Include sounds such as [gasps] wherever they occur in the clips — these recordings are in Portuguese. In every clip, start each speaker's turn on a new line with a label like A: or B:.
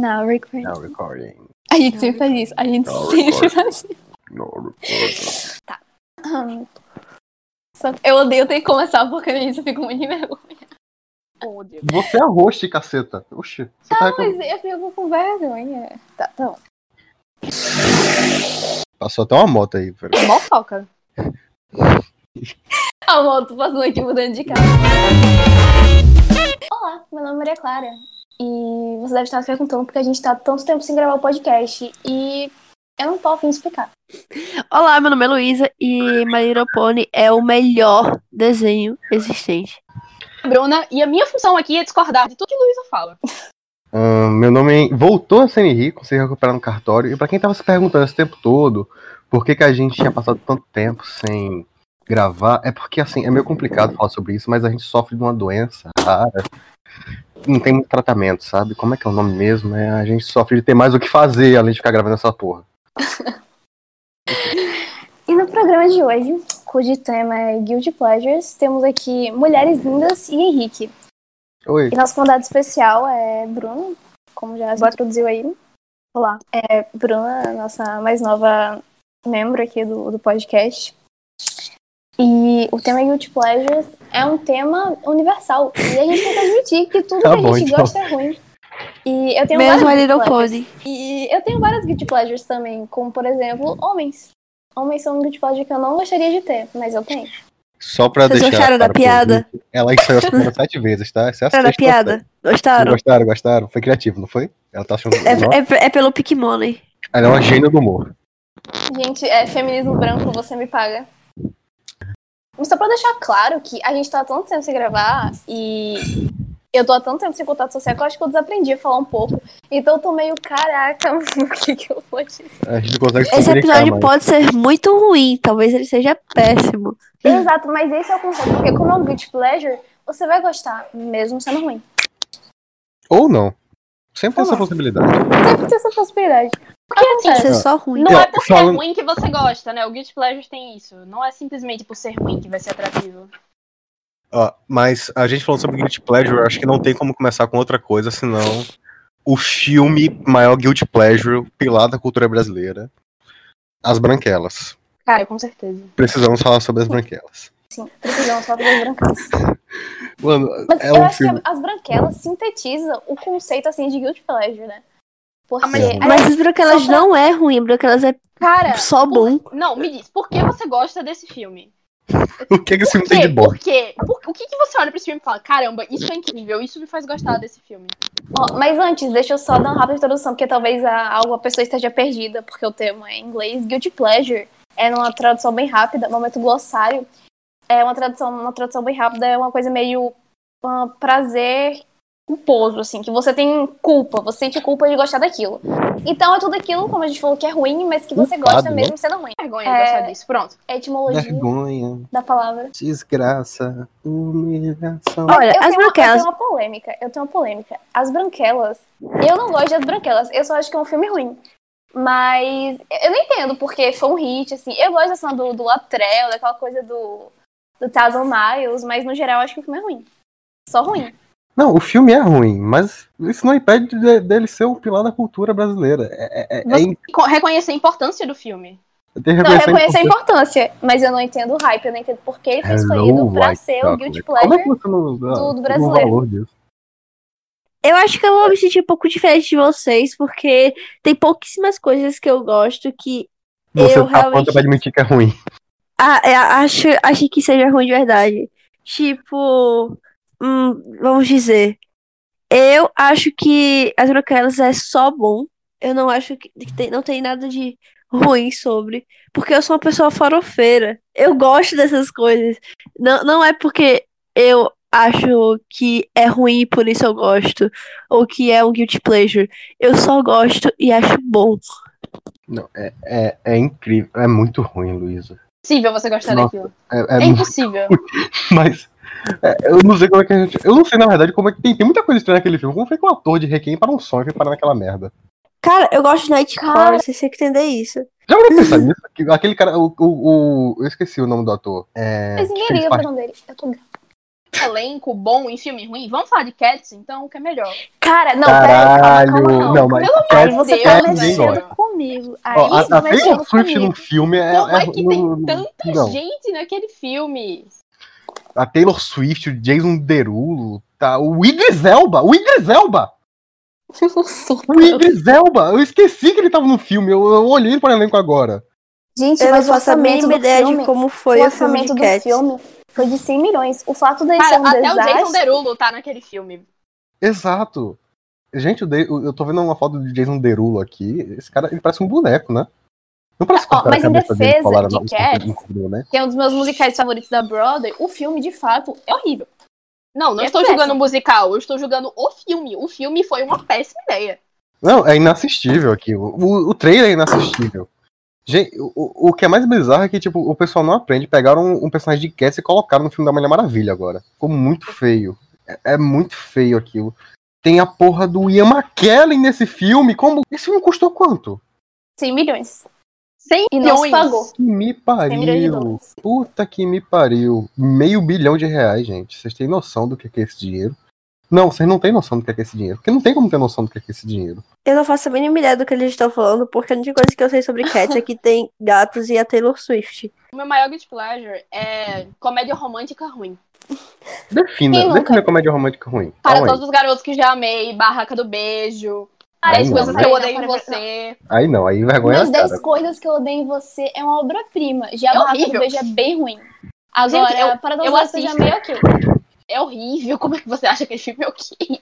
A: Não, recording.
B: Now recording.
A: A gente sempre faz isso. A gente
B: Não,
A: sempre
B: recording.
A: faz isso.
B: No recording.
A: Ahn. Só que eu odeio ter que começar porque nisso eu fico muito de vergonha.
C: Ódio.
B: Você é host, caceta. Oxi. Você
D: Ah,
B: tá
A: Não,
B: recom-
A: mas eu fico com vergonha. Tá, tá bom.
B: Passou até uma moto aí, velho.
C: Mó foca.
A: A moto Ah, passou aqui mudando de casa. Olá, meu nome é Maria Clara. E você deve estar se perguntando porque a gente tá tanto tempo sem gravar o podcast. E eu não tô afim de explicar.
D: Olá, meu nome é Luísa e My Little Pony é o melhor desenho existente.
C: Bruna, e a minha função aqui é discordar de tudo que Luísa fala.
B: Ah, meu nome é- voltou a ser Henrique, consegui recuperar no cartório. E pra quem tava se perguntando esse tempo todo por que, que a gente tinha passado tanto tempo sem gravar, é porque assim, é meio complicado falar sobre isso, mas a gente sofre de uma doença rara. Não tem muito tratamento, sabe? Como é que é o nome mesmo? É, a gente sofre de ter mais o que fazer além de ficar gravando essa porra.
A: E no programa de hoje, cujo tema é Guilty Pleasures, temos aqui mulheres lindas e Henrique.
B: Oi.
A: E nosso convidado especial é Bruno, como já se introduziu aí.
C: Olá.
A: É Bruna, nossa mais nova membro aqui do, do podcast. E o tema Guilty Pleasures é um tema universal. E a gente tem que admitir que tudo
B: Tá
A: que
B: bom,
A: a gente
B: então.
A: gosta é ruim. E eu tenho várias
D: Mesmo My
A: guilty
D: Little
A: pleasures.
D: Pony.
A: E eu tenho várias guilty pleasures também, como por exemplo, homens. Homens são um guilty pleasure que eu não gostaria de ter, mas eu tenho.
B: Só pra
D: Vocês
B: deixar.
D: gostaram da
B: claro pro
D: piada?
B: ouvinte, Ela ensaiou as primeiras sete vezes, tá? Essa é a
D: Era
B: sexta
D: piada?
B: Gostaram?
D: Gostaram?
B: gostaram, gostaram. Foi criativo, não foi? Ela tá achando.
D: É, é- é pelo Pikmoney.
B: Ela é uma gênia do humor.
A: Gente, é feminismo branco, você me paga. Mas só pra deixar claro que a gente tá há tanto tempo sem gravar e eu tô há tanto tempo sem contato social que eu acho que eu desaprendi a falar um pouco. Então eu tô meio, caraca, [laughs] o que que eu vou dizer?
B: A gente consegue se
D: Esse
B: comunicar,
D: episódio
B: mas-
D: pode ser muito ruim, talvez ele seja péssimo.
A: Exato, mas esse é o conceito, porque como é um guilty pleasure, você vai gostar, mesmo sendo ruim.
B: Ou não. Sempre tem
A: Ou
B: essa
A: não.
B: possibilidade.
A: Sempre tem essa possibilidade.
C: Porque
D: Pode
C: assim,
D: ser só ruim.
C: não
B: É,
C: é porque
B: falando-
C: é ruim que você gosta, né? O Guilty Pleasures tem isso. Não é simplesmente por ser ruim que vai ser atrativo.
B: Ó, mas a gente falando sobre Guilty Pleasure, eu acho que não tem como começar com outra coisa, senão o filme maior Guilty Pleasure, pilar da cultura brasileira, As Branquelas.
C: Cara, com certeza.
B: Precisamos falar sobre As Branquelas.
A: Sim, precisamos falar das branquelas.
B: Mano,
A: Mas
B: é
A: eu
B: um
A: acho
B: filme...
A: que as branquelas sintetizam o conceito, assim, de guilty pleasure, né? Porque... é
B: mas-
D: Mas as Branquelas
A: só pra-
D: não é ruim, Branquelas é
C: Cara,
D: só bom.
C: não, me diz, por que você gosta desse filme?
B: O que, é que esse filme tem de
C: Por,
B: bom?
C: por quê? Por- o que, que você olha pra esse filme e fala, caramba, isso é incrível, isso me faz gostar desse filme?
A: Ó, mas antes, deixa eu só dar uma rápida introdução, porque talvez a, alguma pessoa esteja perdida, porque o termo é em inglês. Guilty Pleasure é numa tradução bem rápida, um momento glossário. É uma tradução, uma tradução bem rápida, é uma coisa meio ah, prazer culposo, assim, que você tem culpa, você sente culpa de gostar daquilo. Então é tudo aquilo, como a gente falou, que é ruim, mas que você
B: Culpado,
A: gosta
B: né?
A: mesmo sendo ruim.
C: Vergonha
A: É.
C: de gostar disso. Pronto.
A: É a etimologia
B: Vergonha,
A: da palavra.
B: desgraça, humilhação.
D: Olha,
A: eu
D: as
A: tenho uma-
D: branquelas-
A: eu tenho uma polêmica, eu tenho uma polêmica. As branquelas. Eu não gosto das branquelas, eu só acho que é um filme ruim. Mas eu não entendo porque foi um hit, assim. Eu gosto assim, do, do Latrell, daquela coisa do, do Thousand Miles, mas no geral eu acho que o filme é ruim. Só ruim.
B: Não, o filme é ruim, mas isso não impede de- dele ser um pilar da cultura brasileira. É, é, é,
C: Você
B: é
C: co- reconhecer a importância do filme. É
B: tem
A: Não, eu reconheço a
B: importância.
A: importância, mas eu não entendo o hype, eu não entendo por que ele foi escolhido
B: Hello,
A: pra
B: White
A: ser o
B: Chocolate.
A: né? Guilty
B: Como é
A: Pleasure.
B: que você não dá
A: do- do
B: o
A: brasileiro?
B: valor disso?
D: Eu acho que eu vou me sentir um pouco diferente de vocês, porque tem pouquíssimas coisas que eu gosto que
B: Você
D: Eu
B: tá pronta
D: realmente-
B: pra admitir que é ruim.
D: Ah, é, acho, acho que seja ruim de verdade. Tipo, hum, vamos dizer, eu acho que As Branquelas é só bom. Eu não acho que, que tem- não tem nada de ruim sobre, porque eu sou uma pessoa farofeira. Eu gosto dessas coisas. Não, não é porque eu acho que é ruim e por isso eu gosto, ou que é um guilty pleasure. Eu só gosto e acho bom.
B: Não, é, é, é incrível. É muito ruim, Luísa.
C: Impossível você gostar
B: Nossa.
C: daquilo.
B: É, é [laughs]
C: É
B: muito-
C: impossível.
B: mas. é, eu não sei como é que a gente. Eu não sei, na verdade, como é que. Tem, tem muita coisa estranha naquele filme. Como foi que um ator de Requiem para um sonho e parar naquela merda?
D: Cara, eu gosto de
A: Cara.
D: Nightcore, vocês têm que entender isso.
B: Já parou pra
A: [laughs]
B: pensar nisso? Que Aquele cara. O, o, o- eu esqueci o nome do ator. É,
A: Mas
B: que
A: ninguém
B: fez
A: liga
B: parte-
A: pra nome dele. Eu tô
C: elenco bom em filme ruim, vamos falar de Cats, então, que é melhor.
A: Cara, não,
B: Caralho,
A: peraí, calma, calma, calma.
B: não, mas
C: Pelo
A: Aí
B: Cats-
C: amor de
A: você
C: Deus,
A: tá
B: Cats é
A: mexendo
B: história.
A: comigo. Aí
B: Ó, a-
A: você tá
B: a Taylor
A: mexendo
B: Swift num
A: comigo.
B: filme é.
C: Como é
B: é-
C: que
B: não-
C: tem tanta
B: não.
C: gente naquele filme?
B: A Taylor Swift, o Jason Derulo, tá? O Idris Elba! O Idris Elba! O Idris Elba! Eu esqueci que ele tava no filme, eu, eu olhei pro elenco agora.
A: Gente,
D: Eu não
A: mas o
D: faço a
A: orçamento
D: mínima
A: do
D: ideia
A: filme,
D: de como
A: o
D: foi o filme
A: orçamento
D: de
A: do
D: Cats.
A: filme foi de 100 milhões. O fato dele ser
C: Cara,
A: um
C: até o Jason
A: desastre...
C: Derulo tá naquele filme.
B: Exato. Gente, eu, dei- eu- eu tô vendo uma foto do Jason Derulo aqui. Esse cara, ele parece um boneco, né? Não parece que
A: Ó,
B: cortaram
A: mas
B: a
A: em
B: cabeça dele e
A: defesa
B: colaram
A: de
B: lá os
A: Cats-
B: conteúdos com boneco?
A: Que é um dos meus musicais favoritos da Brother. O filme, de fato, é horrível.
C: Não, não
A: É
C: estou
A: péssimo.
C: julgando o musical, eu estou julgando o filme. O filme foi uma péssima ideia.
B: Não, é inassistível aqui. O, o- o trailer é inassistível. Gente, o- o, o que é mais bizarro é que, tipo, o pessoal não aprende. Pegaram um, um personagem de Cats e colocaram no filme da Mulher Maravilha agora. Ficou muito feio. É, é muito feio aquilo. Tem a porra do Ian McKellen nesse filme. Como? Esse filme custou quanto?
A: 100 milhões.
C: 100
A: E não se
C: milhões.
A: pagou.
B: Que me
A: 100 milhões de
B: pariu.
A: dólares.
B: Puta que me pariu. Meio bilhão de reais, gente. Vocês têm noção do que é que é esse dinheiro? Não, vocês não têm noção do que é que é esse dinheiro. Porque não tem como ter noção do que é que é esse dinheiro.
D: Eu não faço a mínima ideia do que eles estão falando, porque a única coisa que eu sei sobre Cats é que tem gatos e a Taylor Swift.
C: O meu maior guilty pleasure é comédia romântica ruim.
A: Quem
B: Defina,
A: nunca?
B: defina é comédia romântica ruim.
C: Para
B: Calma
C: todos os garotos que já amei, Barraca do Beijo,
A: Ah,
C: 10
B: não,
C: coisas
B: né?
C: que eu
A: Peraí,
C: odeio em
A: não, peraí,
C: você.
B: aí. Aí não, é aí vergonha
A: Mas
B: na cara.
A: 10 coisas que eu odeio em você é uma obra-prima. Já
C: É
A: a Barraca do
C: horrível.
A: Beijo é bem ruim. Agora,
C: Gente, eu-
A: para
C: eu
A: todas as coisas já
C: assisto.
A: meio ok.
C: É horrível, como é que você acha que esse filme é ok?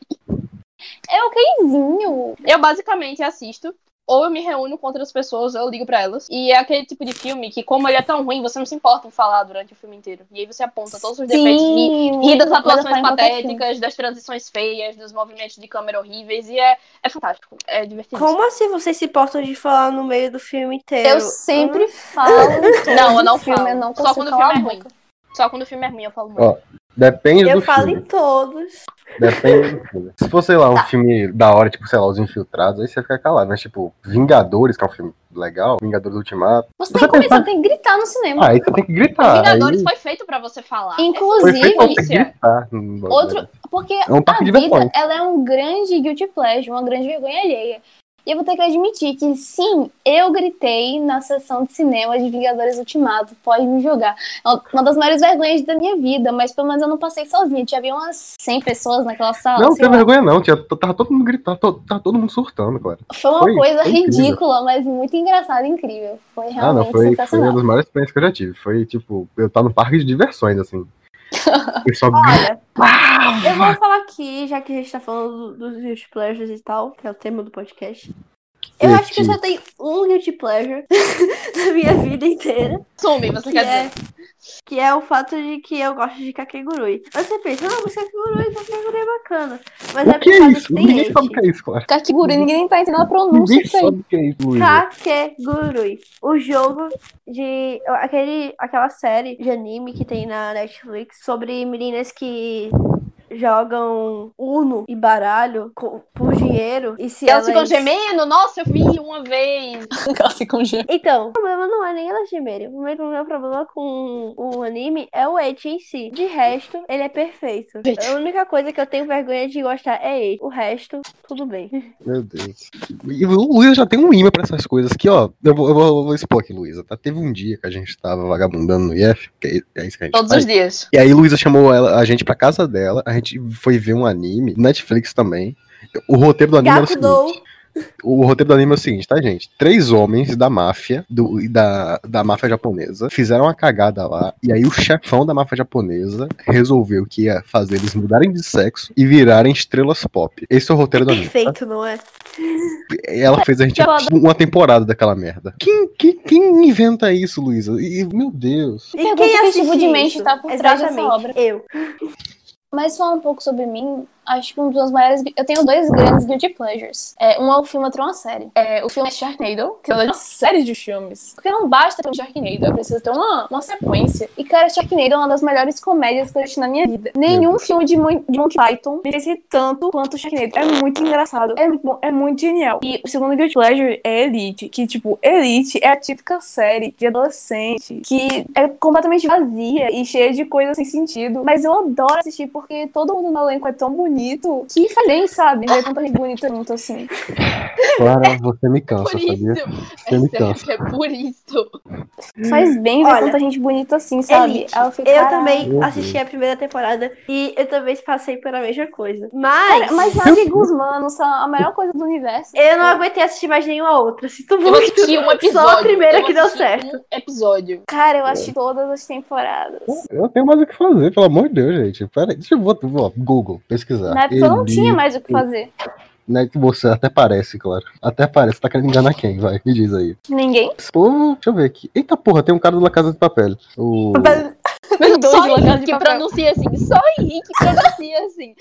A: É okzinho.
C: Eu basicamente assisto, ou eu me reúno com outras pessoas, eu ligo pra elas. E é aquele tipo de filme que, como ele é tão ruim, você não se importa em falar durante o filme inteiro. E aí você aponta todos os defeitos, ri, ri
A: mas eu
C: das
A: falo
C: atuações
A: em qualquer filme.
C: patéticas, das transições feias, dos movimentos de câmera horríveis, e é, é fantástico, é divertido.
D: Como assim vocês se portam de falar no meio do filme inteiro? Hum?
A: Eu sempre falo. em
C: [laughs] Não, eu
A: todo
C: não
A: filme,
C: falo.
A: eu não
C: Só
A: consigo
C: quando o
A: calar
C: filme
A: a
C: é
A: boca.
C: ruim. Só quando o filme é ruim eu falo muito.
B: Ó, Depende
D: Eu
B: do
D: falo
B: filme.
D: em Tá. todos.
B: Depende do
D: [laughs]
B: filme. Se fosse, sei lá, um filme da hora, tipo, sei lá, Os Infiltrados, aí você fica calado. Mas, tipo, Vingadores, que é um filme legal, Vingadores Ultimato.
A: Você
B: Você
A: tem que começar,
B: pensar-
A: tem que gritar no cinema.
B: Ah, aí você tem que gritar.
C: Vingadores
B: aí...
C: foi feito pra você falar. É
B: foi
A: Inclusive,
B: feito pra você
C: Delícia.
B: gritar. hum,
A: Outro- porque
B: É um
A: a
B: parque de
A: vida
B: vergonha.
A: ela é um grande guilty pleasure, uma grande vergonha alheia. E eu vou ter que admitir que sim, eu gritei na sessão de cinema de Vingadores Ultimato, pode me julgar. É uma das maiores vergonhas da minha vida, mas pelo menos eu não passei sozinha. Tinha havia umas 100 pessoas naquela sala. assim,
B: Não, não
A: sei
B: tem
A: lá.
B: vergonha não, tinha, tava todo mundo gritando, to- tava todo mundo surtando, claro.
A: Foi uma
B: Foi-
A: coisa
B: foi incrível.
A: ridícula, mas muito engraçada e incrível. Foi
D: É,
B: Ah,
A: realmente
B: não, foi, foi uma
A: sensacional.
B: das maiores experiências que eu já tive. Foi, tipo, eu tava no parque de diversões, assim.
D: [laughs]
B: Eu só
D: Olha, eu vou falar aqui, já que a gente tá falando do- dos Guilty Pleasures e tal, que é o tema do podcast. Eu acho que eu só tenho um Guilty Pleasure [laughs] da minha vida inteira.
C: Sume, você
D: que
C: quer
D: é,
C: dizer.
D: que é o fato de que eu gosto de kakegurui. Aí Você pensa, não, mas kakegurui, kakegurui é bacana. Mas é
B: O que
D: por
B: é
D: causa
B: isso?
D: que tem
B: Ninguém
D: gente.
B: sabe o que é isso, claro.
A: Kakiguru, ninguém tá entendendo a pronúncia
B: Ninguém
A: disso aí.
B: sabe o que é isso, Luísa.
D: Kakegurui. O jogo de. Aquele, aquela série de anime que tem na Netflix sobre meninas que jogam Uno e baralho com- por dinheiro. E se
C: Elas ficam
D: elas-
C: gemendo, nossa, eu vi uma vez.
A: [laughs] Nossa, com gelo.
D: Então, o problema não é nem elas gemerem. O meu, o meu problema com o anime é o Eti em si. De resto, ele é perfeito. A única coisa que eu tenho vergonha de gostar é Eti. O resto, tudo bem.
B: Meu Deus. E o Luísa já tem um imã pra essas coisas aqui, ó. Eu vou, eu vou- eu vou expor aqui, Luísa. Tá? Teve um dia que a gente tava vagabundando no IF, que é, é isso que a gente
C: Todos
B: faz.
C: os dias.
B: E aí Luísa chamou ela, a gente pra casa dela, a gente foi ver um anime, Netflix também. O roteiro do anime era o seguinte.
D: Gakudou.
B: O roteiro do anime é o seguinte, tá, gente? Três homens da máfia, do, e da, da máfia japonesa, fizeram uma cagada lá, e aí o chefão da máfia japonesa resolveu que ia fazer eles mudarem de sexo e virarem estrelas pop. Esse é o roteiro do anime. tá?
D: Perfeito, não é?
B: E
A: É,
B: Ela fez a gente assistir uma temporada daquela merda. Quem, quem, quem inventa isso, Luísa? E, meu Deus.
D: E
A: Pergunta
D: quem
A: que tipo
D: assiste
A: de mente
D: isso?
A: tá por trás dessa
D: Exatamente.
A: obra.
D: Eu.
A: Mas falar um pouco sobre mim, acho que um dos meus maiores. Eu tenho dois grandes Guilty Pleasures. É, um é o filme, outro é uma série. É, o filme é Sharknado, que é uma série de filmes. Porque não basta ter um Sharknado, eu preciso ter uma, uma sequência. E, cara, Sharknado é uma das melhores comédias que eu assisti na minha vida. Nenhum filme de, Mon de Monty Python merece tanto quanto Sharknado. É muito engraçado, é muito bom, é muito genial. E o segundo Guilty Pleasure é Elite, que, tipo, Elite é a típica série de adolescente que é completamente vazia e cheia de coisas sem sentido. Mas eu adoro assistir porque todo mundo no elenco é tão bonito que faz bem, sabe? Ver tanta gente bonita junto assim.
B: Clara, você me cansa,
C: Por isso.
B: sabia? Você me cansa.
C: É, é por isso.
A: Faz bem ver
D: Hum. Olha,
A: tanta gente bonita assim, sabe?
D: Elite.
A: Aí eu fico,
D: Eu
A: "Caralho".
D: também
B: Meu
D: assisti
B: Deus.
D: a primeira temporada e eu também passei pela mesma coisa. Mas,
A: Mas Nadia e Guzmano são a melhor coisa do universo.
D: eu não aguentei assistir mais nenhuma outra. Sinto
C: Eu
D: muito.
C: assisti um episódio.
D: Só a primeira
C: eu
D: que deu
C: assisti
D: certo.
C: Um
D: [laughs]
C: episódio.
A: Cara, eu assisti todas as temporadas.
B: Eu não tenho mais o que fazer, pelo amor de Deus, gente. Pera aí, deixa eu vou, vou Google, pesquisar.
A: Na época eu não
B: Elite,
A: tinha mais o que fazer.
B: Né, que você até parece, claro. Até parece. Tá querendo enganar quem? Vai, me diz aí.
A: Ninguém.
B: Esse povo, deixa eu ver aqui. Eita porra, tem um cara do La Casa de Papel. O...
C: Mas
A: Tem dois
C: só
A: de La Casa
C: Henrique
A: de
C: que
A: Papel.
C: pronuncia assim. Só Henrique pronuncia assim.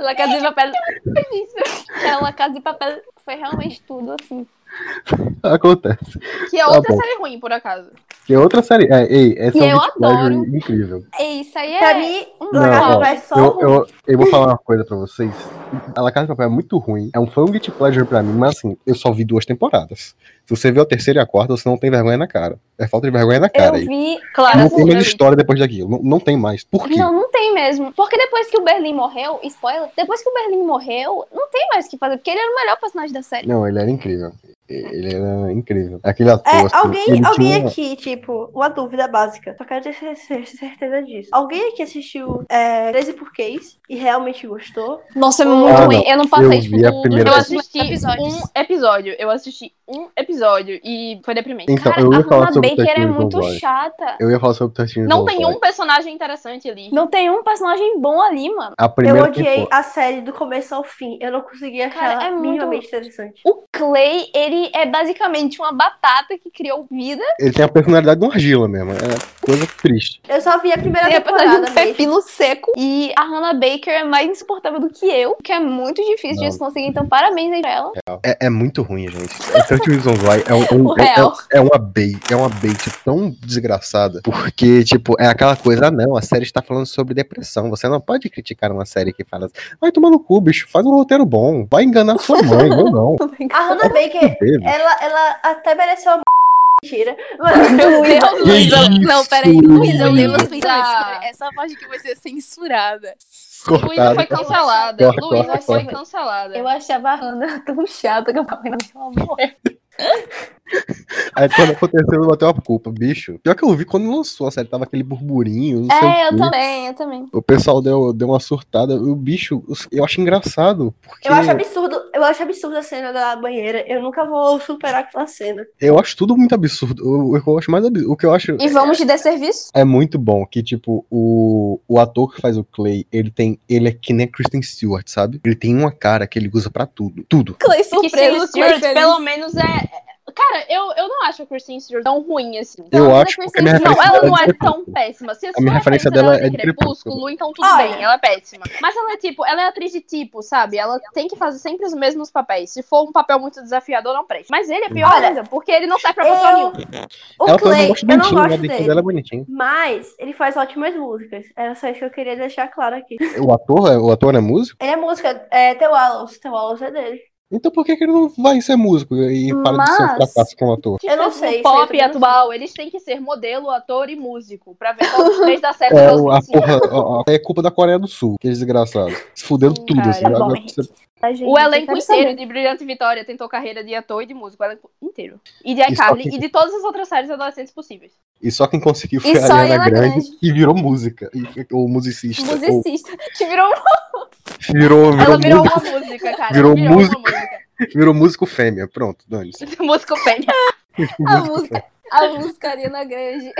A: La Casa de
D: [laughs]
A: Papel. É, La Casa de Papel foi realmente tudo, assim.
B: Acontece.
C: Que é
B: Tá
C: outra
B: bom.
C: série ruim, por acaso.
B: Que é outra série. É, ei, essa
A: E
B: é
A: eu
B: um
A: adoro.
B: pleasure incrível.
A: É isso aí, é.
D: Pra mim,
A: um
D: La
A: não,
D: Casa de
B: ó,
D: Papel é só
B: eu,
D: ruim.
B: eu, eu vou falar uma coisa pra vocês. A La Casa de Papel é muito ruim. É um fã guilty pleasure pra mim, mas assim, eu só vi duas temporadas. Se você vê a terceira e a quarta, você não tem vergonha na cara. É falta de vergonha na
A: eu
B: cara aí.
A: vi.
C: Claro.
B: Não tem mais história depois daquilo. Não, não tem mais. Por quê?
A: Não, não tem mesmo. Porque depois que o Berlim morreu, spoiler, depois que o Berlim morreu, não tem mais o que fazer, porque ele era o melhor personagem da série.
B: Não, ele era incrível. Ele era incrível. Aquele ator.
D: É,
B: assim,
D: alguém,
B: ele tinha-
D: alguém aqui, tipo, uma dúvida básica. Só quero ter [laughs] cer- cer- certeza disso. Alguém aqui assistiu é, 13 Porquês e realmente gostou?
A: Nossa, é
B: Ah,
A: muito
B: não.
A: ruim. Eu não passei,
B: Eu
A: tipo,
B: vi a
A: do-
B: primeira
C: Eu
A: dos
B: vez.
C: assisti
A: episódios.
C: um episódio. Eu assisti um episódio e foi deprimente.
B: Então,
A: Cara,
B: eu
A: a
B: ia falar
A: Hannah
B: sobre
A: Baker é
B: Titanic
A: muito
B: Boy.
A: chata.
B: Eu ia falar sobre o Tartinho
C: Não tem um personagem interessante ali.
A: Não tem um personagem bom ali, mano.
B: A primeira
D: eu odiei
B: temporada.
D: a série do começo ao fim. Eu não consegui achar
A: Cara,
D: ela
A: é muito- [laughs]
D: minimamente interessante.
A: O Clay, ele é basicamente uma batata que criou vida.
B: Ele tem a personalidade de uma argila mesmo. É coisa triste.
D: Eu só vi a primeira
A: Tem a personagem
D: temporada
A: do
D: mesmo.
A: pepino seco. E a Hannah Baker é mais insuportável do que eu, que é muito difícil de
B: Não.
A: se conseguir. Então, parabéns aí pra ela.
B: É, é muito ruim, gente. O Thirty Reasons Why é, um, um-
A: [laughs] O
B: é,
A: real.
B: é- é uma bait, é uma bait tão desgraçada. Porque, tipo, é aquela coisa, ah, não, a série está falando sobre depressão. Você não pode criticar uma série que fala assim, vai tomar no cu, bicho, faz um roteiro bom, vai enganar sua
A: [laughs]
B: mãe, ou não.
D: A
B: [laughs]
D: Hannah
A: É,
D: Baker,
B: Dele.
A: tipo,
D: ela, ela até mereceu uma
A: [laughs]
D: mentira. Mas
A: Meu Deus, Luísa.
B: isso,
A: Não, peraí. Luísa, eu leio os
C: Luísa.
A: pensamentos. Essa parte que vai ser censurada.
C: Luísa foi
B: Cortado.
C: cancelada.
B: Corta,
C: Luísa
A: corta,
C: foi
A: corta.
C: cancelada.
A: Eu achava a Hannah [laughs] tão chata que eu falei, meu amor.
B: Aí quando aconteceu, eu bateu a culpa, bicho. Pior que eu vi quando lançou a série, tava aquele burburinho, não
A: É,
B: sei o quê.
A: eu também, eu também.
B: O pessoal deu, deu uma surtada. O bicho, eu acho engraçado. Porque
D: eu acho absurdo, eu acho absurdo a cena da banheira. Eu nunca vou superar aquela cena.
B: eu acho tudo muito absurdo. O, o que eu acho mais absurdo. O que eu acho.
A: E vamos te dar serviço?
B: É muito bom que, tipo, o, o ator que faz o Clay, ele tem. Ele é que nem a Kristen Stewart, sabe? Ele tem uma cara que ele usa pra tudo. Tudo.
A: Clay
C: Que Kristen
A: surpreso, Clay
C: Stewart,
A: feliz.
C: pelo menos, é... é- Cara, eu, eu não acho a Kristen Stewart tão ruim assim.
B: Eu
A: mas a
B: acho porque a
A: Kristen
B: minha
A: Stewart-
C: Não,
B: referência dela
C: ela não
B: é
C: é
B: de
C: tão péssima. Se a, sua
B: minha referência dela é de Crepúsculo.
C: então tudo
D: Olha.
C: bem, ela é péssima. Mas ela é tipo, ela é atriz de tipo, sabe? Ela tem que fazer sempre os mesmos papéis. Se for um papel muito desafiador, não presta. Mas ele é pior
D: Olha,
C: ainda, porque ele não serve pra papel nenhum.
D: Eu, o
B: Ela faz um
D: Clay,
B: gosto bonitinho,
D: eu não
B: né?
D: gosto
B: O dentinho
D: dele.
B: dela é bonitinho.
D: Mas ele faz ótimas músicas. Era só isso que eu queria deixar claro aqui.
B: O ator, é- o ator é músico?
D: Ele é música, é The Wallows. The Wallows é dele.
B: Então por que, que ele não vai ser músico e para de ser um
A: Mas-
B: fracasso como ator?
D: Eu não sei,
C: O
D: isso aí eu
C: Tipo, um pop
D: também não
C: atual, eles têm que ser modelo, ator e músico, pra ver
B: [laughs]
C: qual dos três dá certo
B: É,
C: pra
B: o- a
C: os
B: porra, a- a- é culpa da Coreia do Sul, que desgraçado. Se fudeu
C: Hum,
B: tudo,
C: cara,
B: assim.
A: tá bom,
B: agora
A: Henrique.
B: você-
A: Tá, gente,
C: O
A: eu
C: elenco
A: quero
C: inteiro
A: saber.
C: de Brilhante Vitória tentou carreira de ator e de músico, o elenco inteiro. E de
B: Isso
C: iCarly
B: aqui.
C: e de todas as outras séries adolescentes possíveis.
B: E só quem conseguiu foi
A: E
B: a
A: só
B: Ariana
A: Ariana
B: Grande,
A: Grande.
B: e virou música. E, ou musicista. Ou,
A: Musicista. Te virou
B: virou, virou,
C: Ela virou
B: músico,
C: uma música, cara.
B: Virou
C: uma
B: música.
C: música. [laughs]
B: virou músico fêmea. Pronto, dane-se.
C: Músico fêmea.
A: a música. A música Ariana [laughs] Grande.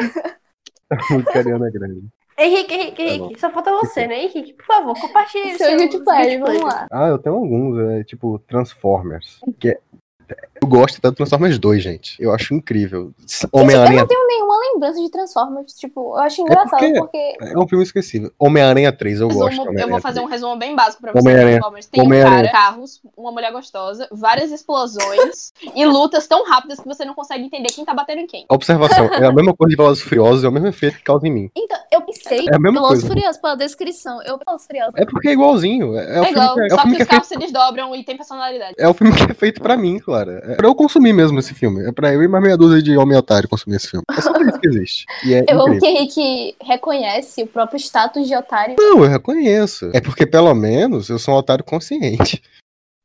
B: Música é Ariana Grande.
D: Henrique, Henrique, Henrique. Só falta você, né, Henrique? Por favor, compartilhe.
A: Seu
D: seus
A: Guilty Pleasure,
D: guilty
A: vamos lá.
B: Ah, eu tenho alguns, é, tipo Transformers.
C: Uhum.
B: Que é- eu gosto até do Transformers 2, gente. Eu acho incrível.
A: Gente, eu
B: Homem-Aranha
A: não tenho nenhuma lembrança de Transformers. Tipo, eu acho engraçado
B: porque-
A: porque.
B: É um filme esquecível. Homem-Aranha 3, eu
C: Resumo-
B: gosto. de
C: eu
B: Homem-Aranha
C: vou fazer um resumo bem básico pra vocês.
B: Homem-Aranha.
C: Transformers. Tem um
B: Homem-Aranha.
C: cara, carros, uma mulher gostosa, várias explosões [laughs] e lutas tão rápidas que você não consegue entender quem tá batendo em quem.
B: Observação, é a mesma coisa de Velozes e Furiosos, é o mesmo efeito que causa em mim.
A: Então, eu pensei.
B: É a mesma
A: Velozes e
B: coisa.
A: Furiosos, pela descrição. Eu Velozes e Furiosos.
B: É porque é igualzinho. É, é o,
C: É igual,
B: filme, que, é, o
C: só
B: filme
C: que
B: que é
C: os
B: feito,
C: carros se desdobram e tem personalidade.
B: é o filme que é feito pra mim, Clara. É pra eu consumir mesmo esse filme. É pra eu e mais meia dúzia de homem otário consumir esse filme. É só por isso que existe.
C: [laughs]
B: E é
A: Eu amo
B: incrível.
A: que Henrique reconhece o próprio status de otário.
B: Não, eu reconheço. É porque, pelo menos, eu sou um otário consciente.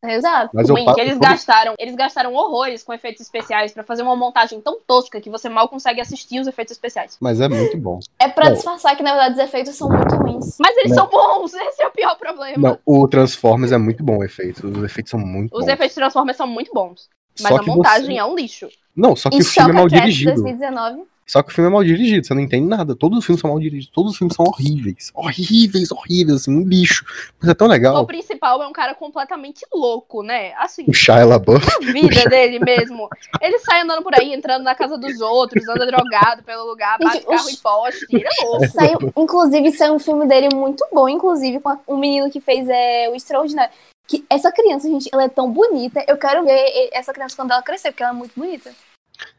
A: Exato.
B: Mas eu
C: Ruim,
B: passo
C: que eles
B: todo-
C: gastaram, eles gastaram horrores com efeitos especiais pra fazer uma montagem tão tosca que você mal consegue assistir os efeitos especiais.
B: Mas é muito bom.
A: É pra
B: Não.
A: disfarçar que, na verdade, os efeitos são muito ruins.
C: Mas eles
B: Não.
C: são bons, [laughs] esse é o pior problema.
B: Não, o Transformers é muito bom o efeito. Os efeitos são muito
C: Os
B: bons.
C: efeitos de Transformers são muito bons, mas
B: Só
C: a
B: que
C: montagem
B: você-
C: é um lixo.
B: Não, só que
A: E
B: o filme
A: Choca
B: é mal
A: Cats
B: dirigido.
A: 2019.
B: Só que o filme é mal dirigido, você não entende nada. Todos os filmes são mal dirigidos, todos os filmes são horríveis. Horríveis, horríveis, assim, um lixo. Mas é tão
C: O
B: legal.
C: principal é um cara completamente louco, né? Assim,
B: O Shia LaBeouf. [laughs]
C: a vida dele mesmo. Ele sai andando por aí, entrando na casa dos outros, anda drogado pelo lugar, bate
A: Gente,
C: carro
A: o-
C: em poste. Ele é louco.
A: Saiu, inclusive, saiu um filme dele muito bom, inclusive, com a- um menino que fez é, o Extraordinário. Que essa criança, gente, ela é tão bonita. Eu quero ver e- essa criança quando ela crescer, porque ela é muito bonita.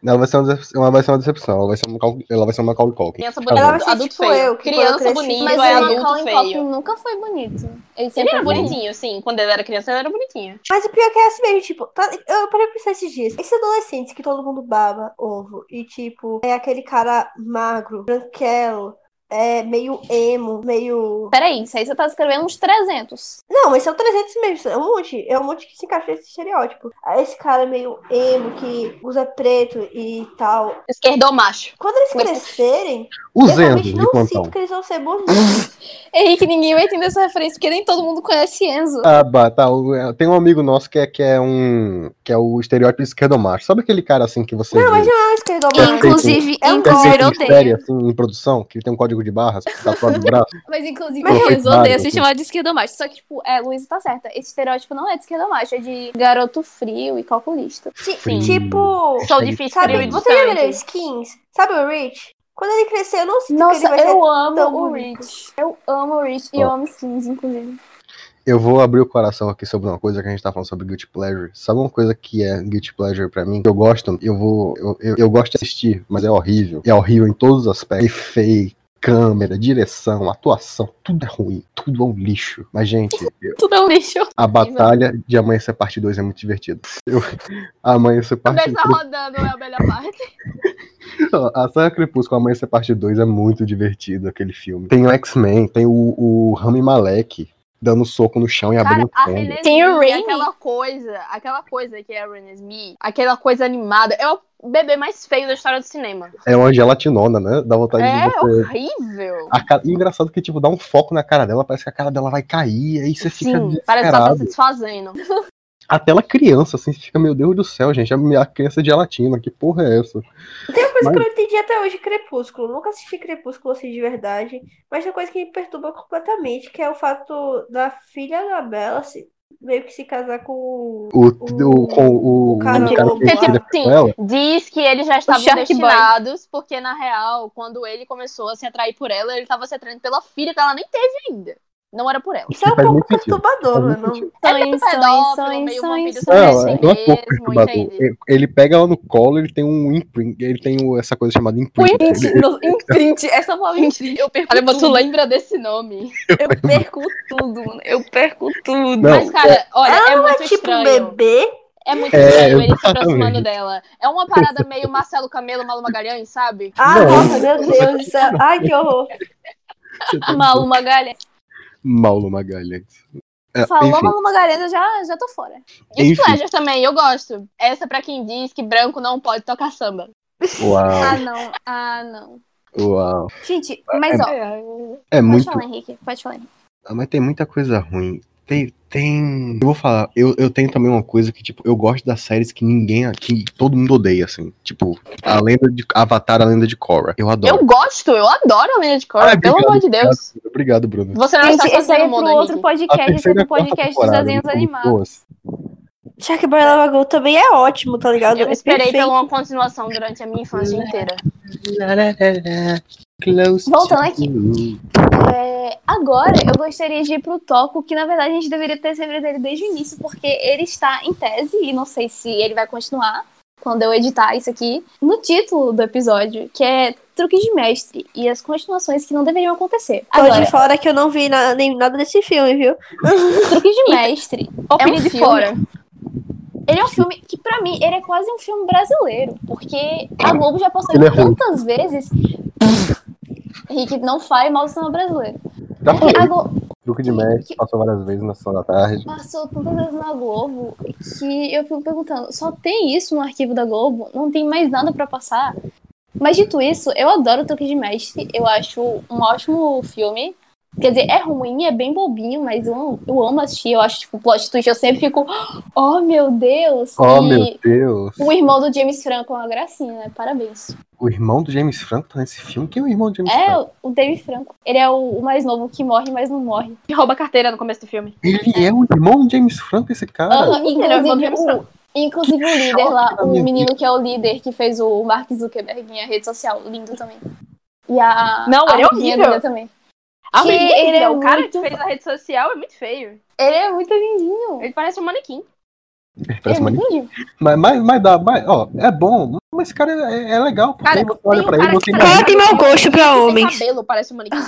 B: Ela vai ser uma decepção, ela vai ser uma decepção. Ela vai ser uma, Macaul- ela vai ser uma Macaulay Culkin.
C: Criança
B: Ela
C: bonita,
B: vai
D: ser
C: adulto
D: tipo
C: feio.
D: eu, que quando
C: criança
D: eu cresci-
C: bonita,
A: Mas
C: é
A: o
C: adulto
A: Macaulay Culkin
C: feio.
A: nunca foi bonito. Ele
C: Ele
A: sempre
C: era
A: foi bonito.
C: bonitinho, sim. Quando ele era criança, ele era bonitinho.
D: Mas o pior que é assim mesmo, tipo, tá- eu parei pra pensar esses dias. Esses adolescentes que todo mundo baba ovo e, tipo, é aquele cara magro, branquelo, é meio emo, meio.
A: Peraí, isso aí você tá escrevendo uns 300.
D: Não, mas são 300 mesmo, é um monte, é um monte que se encaixa nesse estereótipo. Aí Esse cara é meio emo, que usa preto e tal.
C: Esquerdo macho.
D: Quando eles
C: Mas-
D: crescerem,
B: O
D: eu
B: Zendo,
D: realmente
B: de
D: não
B: plantão.
D: sinto que eles vão ser bonitos.
A: Henrique, ninguém vai entender essa referência, porque nem todo mundo conhece Enzo.
B: Ah, bah, tá. o- é, Tem um amigo nosso que é, que é um. que é o estereótipo esquerdomacho. Sabe aquele cara assim que você.
D: Não, mas
B: vê,
D: não é
A: [laughs]
D: esquerdo,
B: Perfeito.
E: Inclusive,
D: É um
B: que é feito
E: inclusive, eu
B: em série,
E: odeio.
B: assim, em produção, que tem um código de barras tatuado no braço?
A: Mas, inclusive,
D: Mas-
E: Eu
B: Claro,
E: odeio ser
B: assim.
E: chamado de esquerdomacho. Só
A: Só que, tipo, é, Luísa tá certa. Esse estereótipo não é de esquerda macho, é de garoto frio e calculista.
B: Sim.
D: Tipo.
C: Sou
B: Sim.
C: difícil, frio e
D: Sabe, você já viram
C: distante.
D: skins? Sabe o Rich? Quando ele crescer, eu não sinto que ele
A: Nossa,
D: vai ser
A: eu amo
D: tão
A: o
D: bonito.
A: Rich. Eu amo o Rich e eu amo skins, inclusive.
B: Eu vou abrir o coração aqui sobre uma coisa que a gente tá falando sobre Guilty Pleasure. Sabe uma coisa que é Guilty Pleasure pra mim? Que eu gosto, eu vou. Eu, eu, eu gosto de assistir, mas é horrível. É horrível em todos os aspectos. Efeito, câmera, direção, atuação, tudo é ruim, tudo é um lixo. Mas,
C: [laughs]
B: gente, eu-
A: Tudo é um lixo.
B: a batalha de Amanhecer Parte 2 é muito divertida. Eu, [laughs] Amanhecer
C: A
B: Parte
C: tá
B: 2.
C: rodando, é a melhor parte.
B: A Saga Crepúsculo, Amanhecer Parte 2 é muito divertido aquele filme. Tem o X-Men, tem o, o Rami Malek dando soco no chão e abrindo
C: Cara, a é
B: fenda.
C: Renesmee,
A: Tem o Raimi.
C: aquela coisa, aquela coisa que é a Renesmee, aquela coisa animada, é o bebê mais feio da história do cinema.
B: É uma gelatinona, né? Dá vontade de
C: É
B: você. Ah,
C: horrível.
B: A cara- e Engraçado que, tipo, dá um foco na cara dela, parece que a cara dela vai cair, aí você fica
C: Sim, parece que ela tá se
B: desesperado.
C: desfazendo.
B: Até ela criança, assim, você fica, meu Deus do céu, gente, a minha criança é gelatina, que porra é essa?
D: Tem uma coisa
B: Mas-
D: que eu não entendi até hoje, Crepúsculo. Nunca assisti Crepúsculo assim de verdade. Mas tem uma coisa que me perturba completamente, que é o fato da filha da Bella se, meio que se casar com o.
B: O, o, com o,
D: O cara
B: o cara que é
D: lobo lá.
B: tira
C: Sim.
B: com ela,
C: assim, Diz que eles já estavam
A: Shark Boy.
C: destinados, porque na real, quando ele começou a se atrair por ela, ele tava se atraindo pela filha que ela nem teve ainda. Não era por ela.
D: Isso é um
B: faz
D: pouco
B: muito sentido,
D: perturbador,
B: faz
D: meu
B: muito
D: irmão.
B: sentido.
C: É meio
A: Sonhos, sonhos,
C: pedófilo, meio
A: sonhos,
C: vampiro
A: sonhos.
B: Não,
C: sobre si
B: é não é pouco
C: mesmo,
B: perturbador.
C: entende?
B: Ele pega ela no colo, ele tem um imprint, ele tem o- essa coisa chamada
D: é
B: imprint.
A: Print,
B: Ele-
D: [laughs]
A: no, em print, essa palavra em print. Eu perco
C: Olha, mas tu
A: tudo.
C: lembra desse nome?
A: Eu perco tudo, mano. Eu perco tudo.
B: Não,
C: Mas, cara, olha, é muito
D: É tipo um
C: estranho.
D: bebê.
C: É muito
B: É,
C: estranho ele se
B: exatamente.
C: aproximando dela. É uma parada meio Marcelo Camelo, Malu Magalhães, sabe?
D: Ah,
B: Não.
D: nossa, meu Deus, isso é... Ai, que horror.
B: você tá
A: Ah, Malu Magalhães.
B: Malu Magalhães. É,
A: Falou
B: enfim,
A: Malu Magalhães, eu já, já tô fora.
C: E
B: Enfim.
C: Pleasure é também, eu gosto. Essa pra quem diz que branco não pode tocar samba.
D: Tá.
A: Ah,
B: uau,
A: não. Ah, não.
B: uau.
A: Gente, mas ó,
B: É
A: pode
B: muito
A: falar, Henrique. Pode falar. Henrique.
B: Ah, Mas tem muita coisa ruim. Tem. tem... Eu vou falar, eu, eu tenho também uma coisa que, tipo, eu gosto das séries que ninguém aqui, todo mundo odeia, assim. Tipo, a lenda de Avatar, a lenda de Korra. Eu adoro.
C: Eu gosto, eu adoro a Lena de Cora,
B: Ah,
C: pelo
B: obrigado,
C: amor de Deus.
B: Obrigado, obrigado, Bruno.
C: Você não
A: Gente,
C: está
A: esse aí
C: sozinho
A: é
C: no
A: pro
C: mundo,
A: outro
C: tá Henrique.
A: podcast, esse é
B: e
A: pro
B: a quarta
A: podcast dos
B: temporada né?
A: desenhos
B: são
A: animados.
B: boas.
D: Shark Boy Lava Go também é ótimo, tá ligado?
C: Eu
D: É
C: esperei
D: perfeito.
C: pela uma continuação durante a minha infância inteira.
B: Close
A: Voltando
B: to
A: aqui.
B: you.
A: É, agora eu gostaria de ir pro tópico que na verdade a gente deveria ter seguido ele desde o início, porque ele está em tese e não sei se ele vai continuar quando eu editar isso aqui, no título do episódio, que é Truque de Mestre e as continuações que não deveriam acontecer.
D: Tô
A: Agora,
D: de fora que eu não vi na- nem nada desse filme, viu?
A: Truque de Mestre,
C: Opinião de
A: filme.
C: fora.
A: ele é um filme que pra mim, ele é quase um filme brasileiro, porque a Globo já passou
B: Ele é ruim.
A: tantas vezes... Henrique, não faz mal do cinema brasileiro.
B: Já
A: Porque É a
B: falei,
A: Globo...
B: truque de mestre, passou várias vezes na sessão da tarde.
A: passou tantas vezes na Globo que eu fico perguntando, só tem isso no arquivo da Globo? Não tem mais nada pra passar? Mas dito isso, eu adoro o Truque de Mestre, eu acho um ótimo filme. Quer dizer, é ruim, é bem bobinho, mas eu, amo- eu amo assistir, eu acho, tipo, plot twist, eu sempre fico, [gasps] oh meu Deus!
B: Oh,
A: e
B: meu Deus.
A: o irmão do James Franco é uma gracinha, né? Parabéns.
B: O irmão do James Franco tá nesse filme? Quem é o irmão do James
A: É,
B: Franco?
A: o- o David Franco. Ele é o, o mais novo que morre, mas não morre.
C: Que rouba a carteira no começo do filme.
B: Ele é o irmão do James Franco, esse cara?
A: Aham,
C: Ele é o irmão do
A: [laughs] inclusive, o, inclusive
C: James
A: o líder
B: choque
A: lá,
B: na
A: o
B: minha
A: menino que é o líder que fez o Mark Zuckerberg em a rede social, lindo também. E a.
C: Não,
A: a
C: ele é
A: amiguinha
C: horrível.
A: dele também.
C: Ah,
A: Que
C: mas
A: ele
C: linda,
A: é
C: o cara
A: muito-
C: que fez a rede social é muito feio.
A: Ele é muito lindinho.
C: Ele parece um manequim.
A: Ele é
B: Parece uma...
A: muito lindinho.
B: Mas, mas, mas dá, mas, ó, é bom, mas esse cara é, é legal, porque
C: Cara,
B: você olha
C: tem um
B: pra
C: cara
B: ele e
C: que
B: você
C: parece-
B: imagina
D: Cara tem mau gosto pra
C: Tem
D: homens.
C: cabelo, parece um manequim.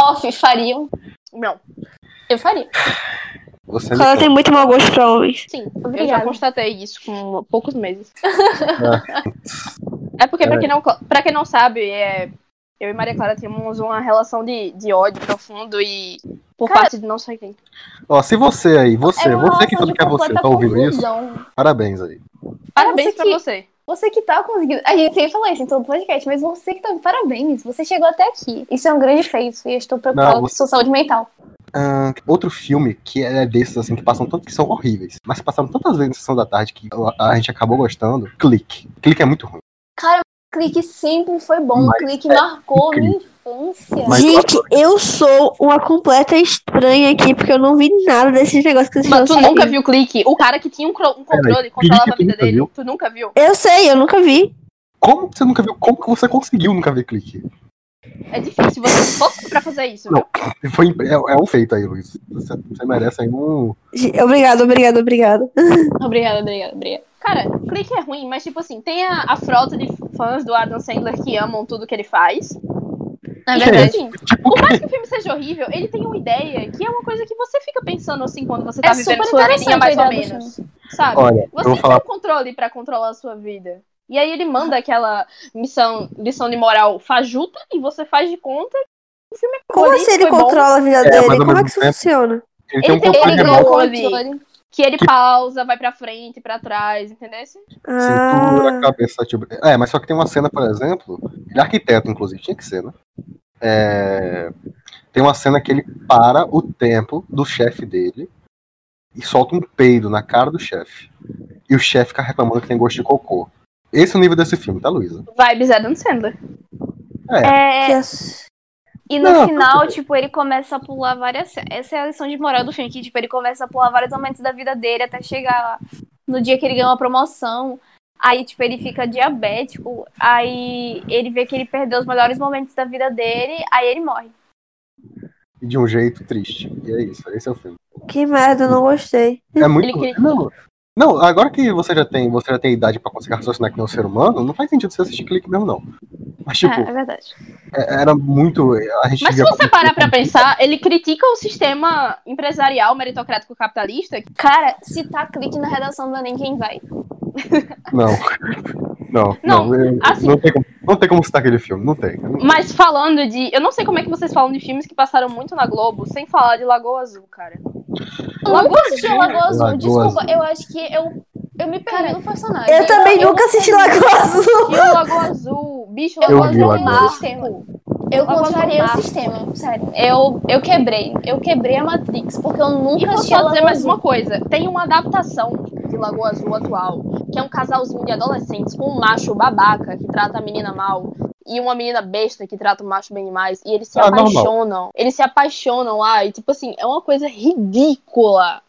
A: Off, fariam.
C: Não,
A: Eu faria.
B: Você é
D: Cara
B: legal.
D: tem muito mau gosto pra homens.
C: sim. Eu
A: Obrigada.
C: já constatei isso com poucos meses. É porque, pra
B: É.
C: quem, não, pra quem não sabe, é, eu e Maria Clara temos uma relação de, de ódio profundo e por parte de não sei quem.
B: Ó, se você aí, você,
A: É uma
B: você que
A: relação de
B: sabe que é você,
A: completa
B: tá ouvindo isso?
A: confusão.
B: Parabéns aí.
C: Parabéns
A: você
C: pra
A: que-
C: você.
A: Você que tá conseguindo. A gente sempre fala isso em todo podcast, mas você que tá. Parabéns, você chegou até aqui. Isso é um grande feito e eu estou preocupada
B: Não,
A: com
B: você-
A: sua saúde mental.
B: Ahn, Ah, outro filme que é desses, assim, que passam tanto que são horríveis, mas passaram tantas vezes na sessão da tarde que a, a gente acabou gostando. Clique. Clique é muito ruim.
A: Clique sempre foi bom,
B: Mas é
A: clique marcou a minha
B: incrível.
A: infância.
B: Mas-
D: Gente, eu sou uma completa estranha aqui, porque eu não vi nada desses negócios que vocês
C: Mas tu
D: lançaram.
C: nunca viu o clique? O cara que tinha um, cro- um controle e
B: clique
C: controlava a
B: tu
C: vida
B: nunca
C: dele.
B: viu?
C: Tu nunca viu?
D: Eu sei, eu nunca vi.
B: Como que você nunca viu? Como que você conseguiu nunca ver clique?
C: É difícil você se fosse pra fazer isso.
B: Não. [laughs] Foi, impre- é, é um feito aí, Luiz. Você, você merece aí um.
D: Ge- Obrigado, obrigado, obrigado.
A: Obrigada, obrigada, obrigada.
C: Cara, clique é ruim, mas tipo assim, tem a, a frota de fãs do Adam Sandler que amam tudo que ele faz.
A: Na
C: E,
A: É
B: Gente.
A: verdade,
C: tipo assim, por mais que o filme seja horrível, ele tem uma ideia que é uma coisa que você fica pensando assim quando você tá
A: É
C: vivendo
A: super
C: sua vidinha
A: interessante
C: mais
A: a
C: ou
A: ideia do
C: menos. Sabe?
B: [laughs] Olha, eu
C: Você
B: vou
C: tem
B: falar.
C: um controle pra controlar a sua vida. E aí ele manda aquela missão, lição de moral fajuta e você faz de conta.
D: Como
C: Político
D: assim ele
C: é bom?
D: controla a vida
B: mas
D: dele?
B: ao
D: Como é
B: mesmo
D: que isso
B: tempo-
D: funciona?
B: Ele tem um
C: ele tem-
B: controle
A: ele ganhou o
B: remoto.
A: controle.
C: Que ele
B: Que-
C: pausa, vai pra frente, pra trás, entendeu?
B: Cintura,
D: Ah,
B: cabeça, tipo... É, mas só que tem uma cena, por exemplo, ele é arquiteto, inclusive, tinha que ser, né? É, Tem uma cena que ele para o tempo do chefe dele e solta um peido na cara do chefe. E o chefe fica reclamando que tem gosto de cocô. Esse é o nível desse filme, tá, Luísa?
C: Vibes Adam Sandler.
A: É,
D: que ass-
A: e no
B: Não,
A: final,
B: tudo bem.
A: tipo, ele começa a pular várias. Essa é a lição de moral do filme, que, tipo, ele começa a pular vários momentos da vida dele até chegar no dia que ele ganha uma promoção. Aí, tipo, ele fica diabético. Aí ele vê que ele perdeu os melhores momentos da vida dele, aí ele morre.
B: E de um jeito triste. E é isso, esse é o filme.
D: que merda, eu não gostei.
B: É muito...
C: Ele queria-
B: Não, não, agora que você já tem, você já tem idade pra conseguir raciocinar que nem um ser humano, não faz sentido você assistir clique mesmo, não. Mas, tipo,
A: é, é verdade.
B: É, Era muito. A gente
C: Mas se
B: via
C: você
B: como-
C: parar pra pensar, ele critica o sistema empresarial meritocrático capitalista.
A: Cara, se tá clique na redação do Enem, quem vai?
B: Não.
C: [laughs]
B: Não,
C: Não,
B: não. eu-
C: assim-
B: não, tem como, não tem como citar aquele filme, não tem.
C: Mas falando de. Eu não sei como é que vocês falam de filmes que passaram muito na Globo sem falar de Lagoa Azul, cara.
A: Eu nunca assisti Lagoa Azul. né?
B: Lagoa
A: Desculpa,
B: Azul.
A: eu acho que eu, eu me perdi no personagem.
D: Eu também nunca assisti Lagoa Azul.
C: Rio Lagoa Azul, bicho
A: Eu
C: Lagoa
B: vi
C: Azul, é
B: Lagoa
C: Marco.
A: Eu
C: Lagoa Azul
A: contrariei o
C: Mar.
A: sistema, sério. Eu, eu quebrei. Eu quebrei a Matrix, porque eu
C: E
A: nunca
C: vou
A: assisti a
C: só dizer
A: Lagoa
C: mais
A: Azul.
C: uma é coisa: tem uma adaptação de Lagoa Azul atual, que é um casalzinho de adolescentes com um macho babaca que trata a menina mal e uma menina besta que trata o macho bem demais. E eles se
B: Ah, normal.
C: apaixonam. Eles se apaixonam lá e, tipo assim, é uma coisa ridícula.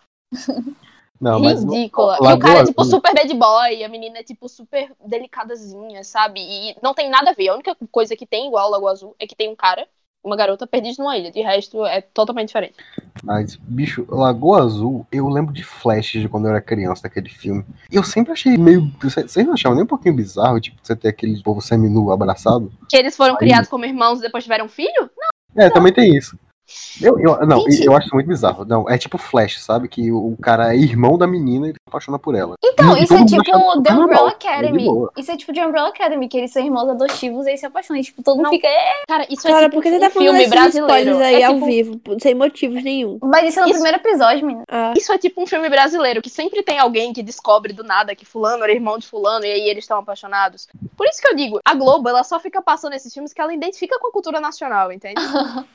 B: Não, Ah, mas.
C: Ridícula.
B: Lagoa
C: e o cara é tipo
B: Azul.
C: super bad boy, a menina é tipo super delicadazinha, sabe? E não tem nada a ver. A única coisa que tem igual ao Lago Azul é que tem um cara, uma garota perdida numa ilha. De resto, é totalmente diferente.
B: Mas, bicho, Lagoa Azul, eu lembro de flashes de quando eu era criança daquele filme. E eu sempre achei meio. Vocês não achavam nem um pouquinho bizarro, tipo, você ter aquele povo seminu abraçado?
C: Que eles foram
B: Aí.
C: criados como irmãos e depois tiveram um filho?
B: É, também tem isso. Eu, eu- não,
A: Entendi.
B: eu acho muito bizarro. Não, é tipo Flash, sabe? Que o o cara é irmão da menina e ele se apaixona por ela.
A: Então,
B: E
A: isso é
B: todo mundo
A: tipo
B: achava
A: The
B: normal,
A: Umbrella
B: de
A: Academy.
B: boa.
A: Isso é tipo The Umbrella Academy, que eles são irmãos adotivos e aí se apaixonam. E, tipo, todo mundo
C: Não.
A: fica. "É".
C: Cara, isso é
D: Cara,
C: tipo
D: por que você
C: um
D: tá falando
C: filme
D: esses
C: brasileiro.
D: spoilers aí
C: é
D: ao
C: tipo-
D: vivo? Sem motivos nenhum.
A: Mas isso é no
C: Isso-
A: primeiro episódio, menina.
D: Ah,
C: Isso é tipo um filme brasileiro, que sempre tem alguém que descobre do nada que fulano era irmão de fulano e aí eles estão apaixonados. Por isso que eu digo, a Globo, ela só fica passando esses filmes que ela identifica com a cultura nacional,
D: [laughs]
C: entende?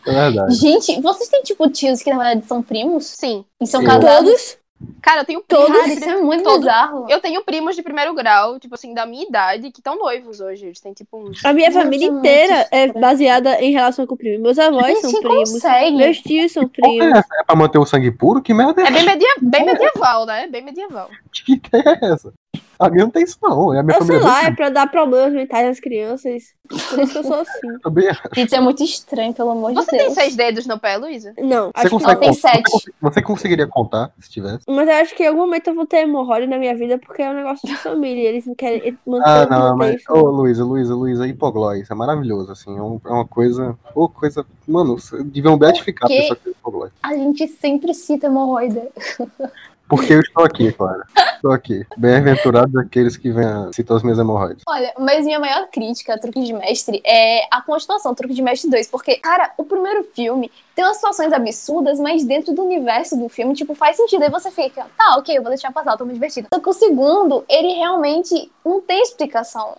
B: É verdade.
A: Gente, vocês têm, tipo, tios que na verdade são primos?
C: Sim.
A: E são
B: Eu-
A: casados?
D: todos?
C: Cara, eu tenho
D: Todos?
A: Cara,
C: primos,
A: isso é muito
C: Todo-
A: bizarro.
C: eu tenho primos de primeiro grau, tipo assim, da minha idade, que estão noivos hoje. Eles têm tipo uns...
D: A minha
A: Nossa,
D: família
A: muito
D: inteira é
A: estranho.
D: baseada em relação com o primo. Meus avós são
A: Gente,
D: primos.
A: consegue.
D: Meus tios são
B: Porra,
D: primos.
B: é essa? É pra manter o sangue puro? Que merda é
C: É bem, media- bem medieval, né? Bem medieval.
B: Que ideia é essa? A minha não tem isso, não. É a minha
D: Eu sei
B: família
D: lá, é pra dar problemas mentais às crianças. Por isso que eu sou assim.
B: também. é.
A: Gente, Isso é muito estranho, pelo amor
C: Você
A: de
C: tem
A: Deus.
C: seis dedos no pé, Luísa?
D: Não,
B: Você
D: acho que
B: consegue
A: ela tem
B: con- você
A: sete.
B: cons- Você conseguiria contar, se tivesse?
D: Mas eu acho que em algum momento eu vou ter hemorroide na minha vida porque é um negócio de família. Eles não querem eles manter
B: Ah,
D: o né?
B: não, mas.
D: contexto.
B: Ô, Luísa, Luísa, Luísa, hipoglói. Isso é maravilhoso, assim. É, um- é uma coisa. Ô, coisa. Mano, você- deviam beatificar a
A: quê?
B: pessoa que é hipoglói.
A: A gente sempre cita hemorroida.
B: Porque eu estou aqui, Clara. Estou aqui. Bem-aventurados aqueles que vêm a citar as minhas hemorroides.
A: Olha, mas minha maior crítica a Truque de Mestre é a continuação, Truque de Mestre 2, porque, cara, o primeiro filme tem umas situações absurdas, mas dentro do universo do filme, tipo, faz sentido. Aí você fica, tá, ok, eu vou deixar passar, eu tô me divertindo. Só que o segundo, ele realmente não tem explicação.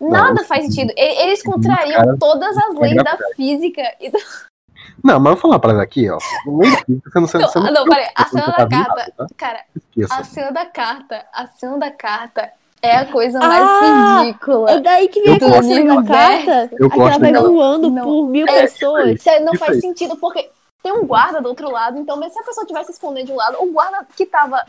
A: Nada faz sentido. E- Eles contrariam
B: cara,
A: todas as
B: é
A: leis da física. E do... [laughs]
B: Não, mas eu vou falar pra ela aqui, ó. Não é isso, Você não, você
A: Não,
B: você não,
A: não, peraí, a
B: você
A: cena
B: tá
A: da
B: virado,
A: carta.
B: tá?
A: Cara,
B: Esqueça.
A: a cena da carta, a cena da carta é a coisa mais
D: Ah!
A: ridícula.
D: É daí que
B: Eu
D: vem aquela
B: gosto
D: cena da
A: dela.
D: carta. é
B: Eu
D: que ela
B: gosto
D: vai
B: dela.
D: voando
A: Não.
D: por mil
A: É,
D: pessoas.
A: Isso aí não
B: Isso
A: faz
B: aí.
A: sentido, porque tem um guarda do outro lado, então mesmo se a pessoa tivesse escondendo de um lado, o guarda que tava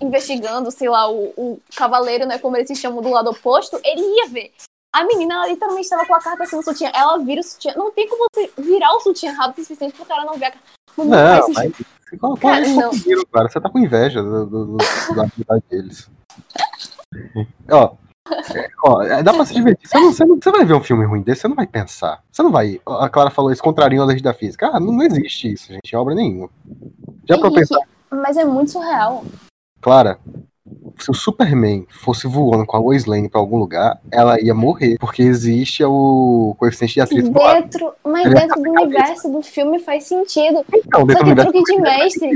A: investigando, sei lá, o, o cavaleiro, né, como eles se chamam, do lado oposto, ele ia ver. A menina, ela literalmente estava com a carta assim no sutiã, ela vira o sutiã. Não tem como você virar o sutiã rápido o suficiente pro cara não ver a carta. Não, faz
B: Não,
A: sentido.
B: mas. Você colocou
A: Cara,
B: isso
A: não.
B: primeiro, cara. Você tá com inveja do, do- do- da habilidade deles. Ó. é, Ó, é, dá pra se divertir. Você, não, você, não- você vai ver um filme ruim desse, você não vai pensar. Você não vai. A Clara falou isso contrariam a lei da física. Ah, não, não existe isso, gente. É obra nenhuma. Já pra eu
A: Henrique,
B: pensar,
A: mas é muito surreal.
B: Clara, se o Superman fosse voando com a Lois Lane pra algum lugar, ela ia morrer, porque existe o coeficiente de atrito do ar.
A: Dentro, mas
B: Ele tá
A: dentro do
B: cabeça.
A: universo do filme faz sentido.
B: Então,
A: Só
B: dentro
A: que
B: do
A: truque de
B: universo-
A: mestre.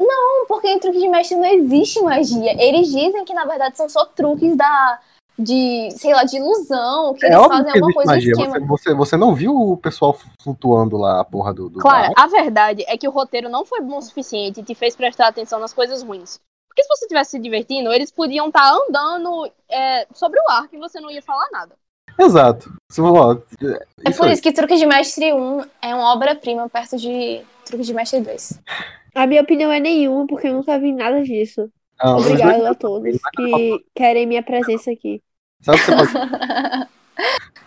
A: Não, porque em truque de mestre não existe magia. Eles dizem que, na verdade, são só truques da. De, sei lá, de ilusão, que
B: É
A: eles
B: óbvio
A: fazem alguma
B: que existe
A: coisa de
B: magia.
A: esquema.
B: Você, você, você não viu o pessoal flutuando lá, a porra do. do
C: Clara,
B: da-
C: a verdade é que o roteiro não foi bom o suficiente e te fez prestar atenção nas coisas ruins. Porque se você estivesse se divertindo, eles podiam estar andando é, sobre o ar que você não ia falar nada.
B: Exato. Você falou, ó, é,
A: É
B: isso
A: por
B: aí.
A: isso que Truque de Mestre 1 é uma obra-prima perto de Truque de Mestre 2.
D: A minha opinião é nenhuma, porque eu nunca vi nada disso.
B: Ah, mas
D: Obrigado a todos que querem minha presença aqui.
B: é, Sabe o que você pode.
A: [laughs]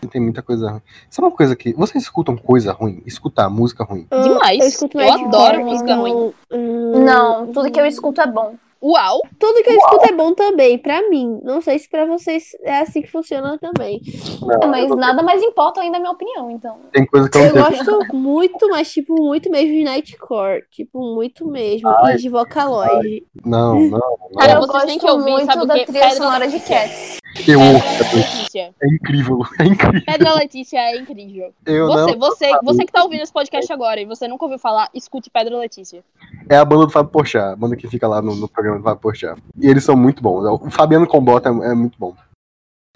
B: Tem muita coisa ruim. Sabe uma coisa que. Vocês escutam coisa ruim? Escutar música ruim?
D: Ah,
C: Demais.
D: Eu escuto
C: Eu
D: mais de
C: adoro
D: fora,
C: música ruim.
D: então, hum,
A: Não, tudo que eu escuto é bom.
C: Uau!
D: Tudo que eu escuto é bom também, pra mim. Não sei se pra vocês é assim que funciona também.
C: É,
B: Não,
A: Mas
B: eu-
A: nada mais importa ainda a minha opinião, então.
B: Tem coisa que eu não
D: Eu
B: tenho.
D: gosto muito, mas tipo, muito mesmo de Nightcore. Tipo, muito mesmo. E de Vocaloid.
B: Não, não,
C: Cara,
A: eu
B: não.
C: vocês têm
A: gosto
C: que ouvir,
A: muito
C: sabe o
A: da
C: quê?
A: trilha
C: Pedra-
A: sonora de Cats.
B: Eu
C: Pedra
B: ouço.
C: Letícia.
B: É incrível. [laughs] É incrível.
C: Pedra Letícia é incrível.
B: Eu não.
C: Você, você, você que tá ouvindo esse podcast agora e você nunca ouviu falar, escute Pedra Letícia.
B: É a banda do Fábio Porchat, a banda que fica lá no, no programa do Fábio Porchat. E eles são muito bons. O Fabiano Combota é, é muito bom.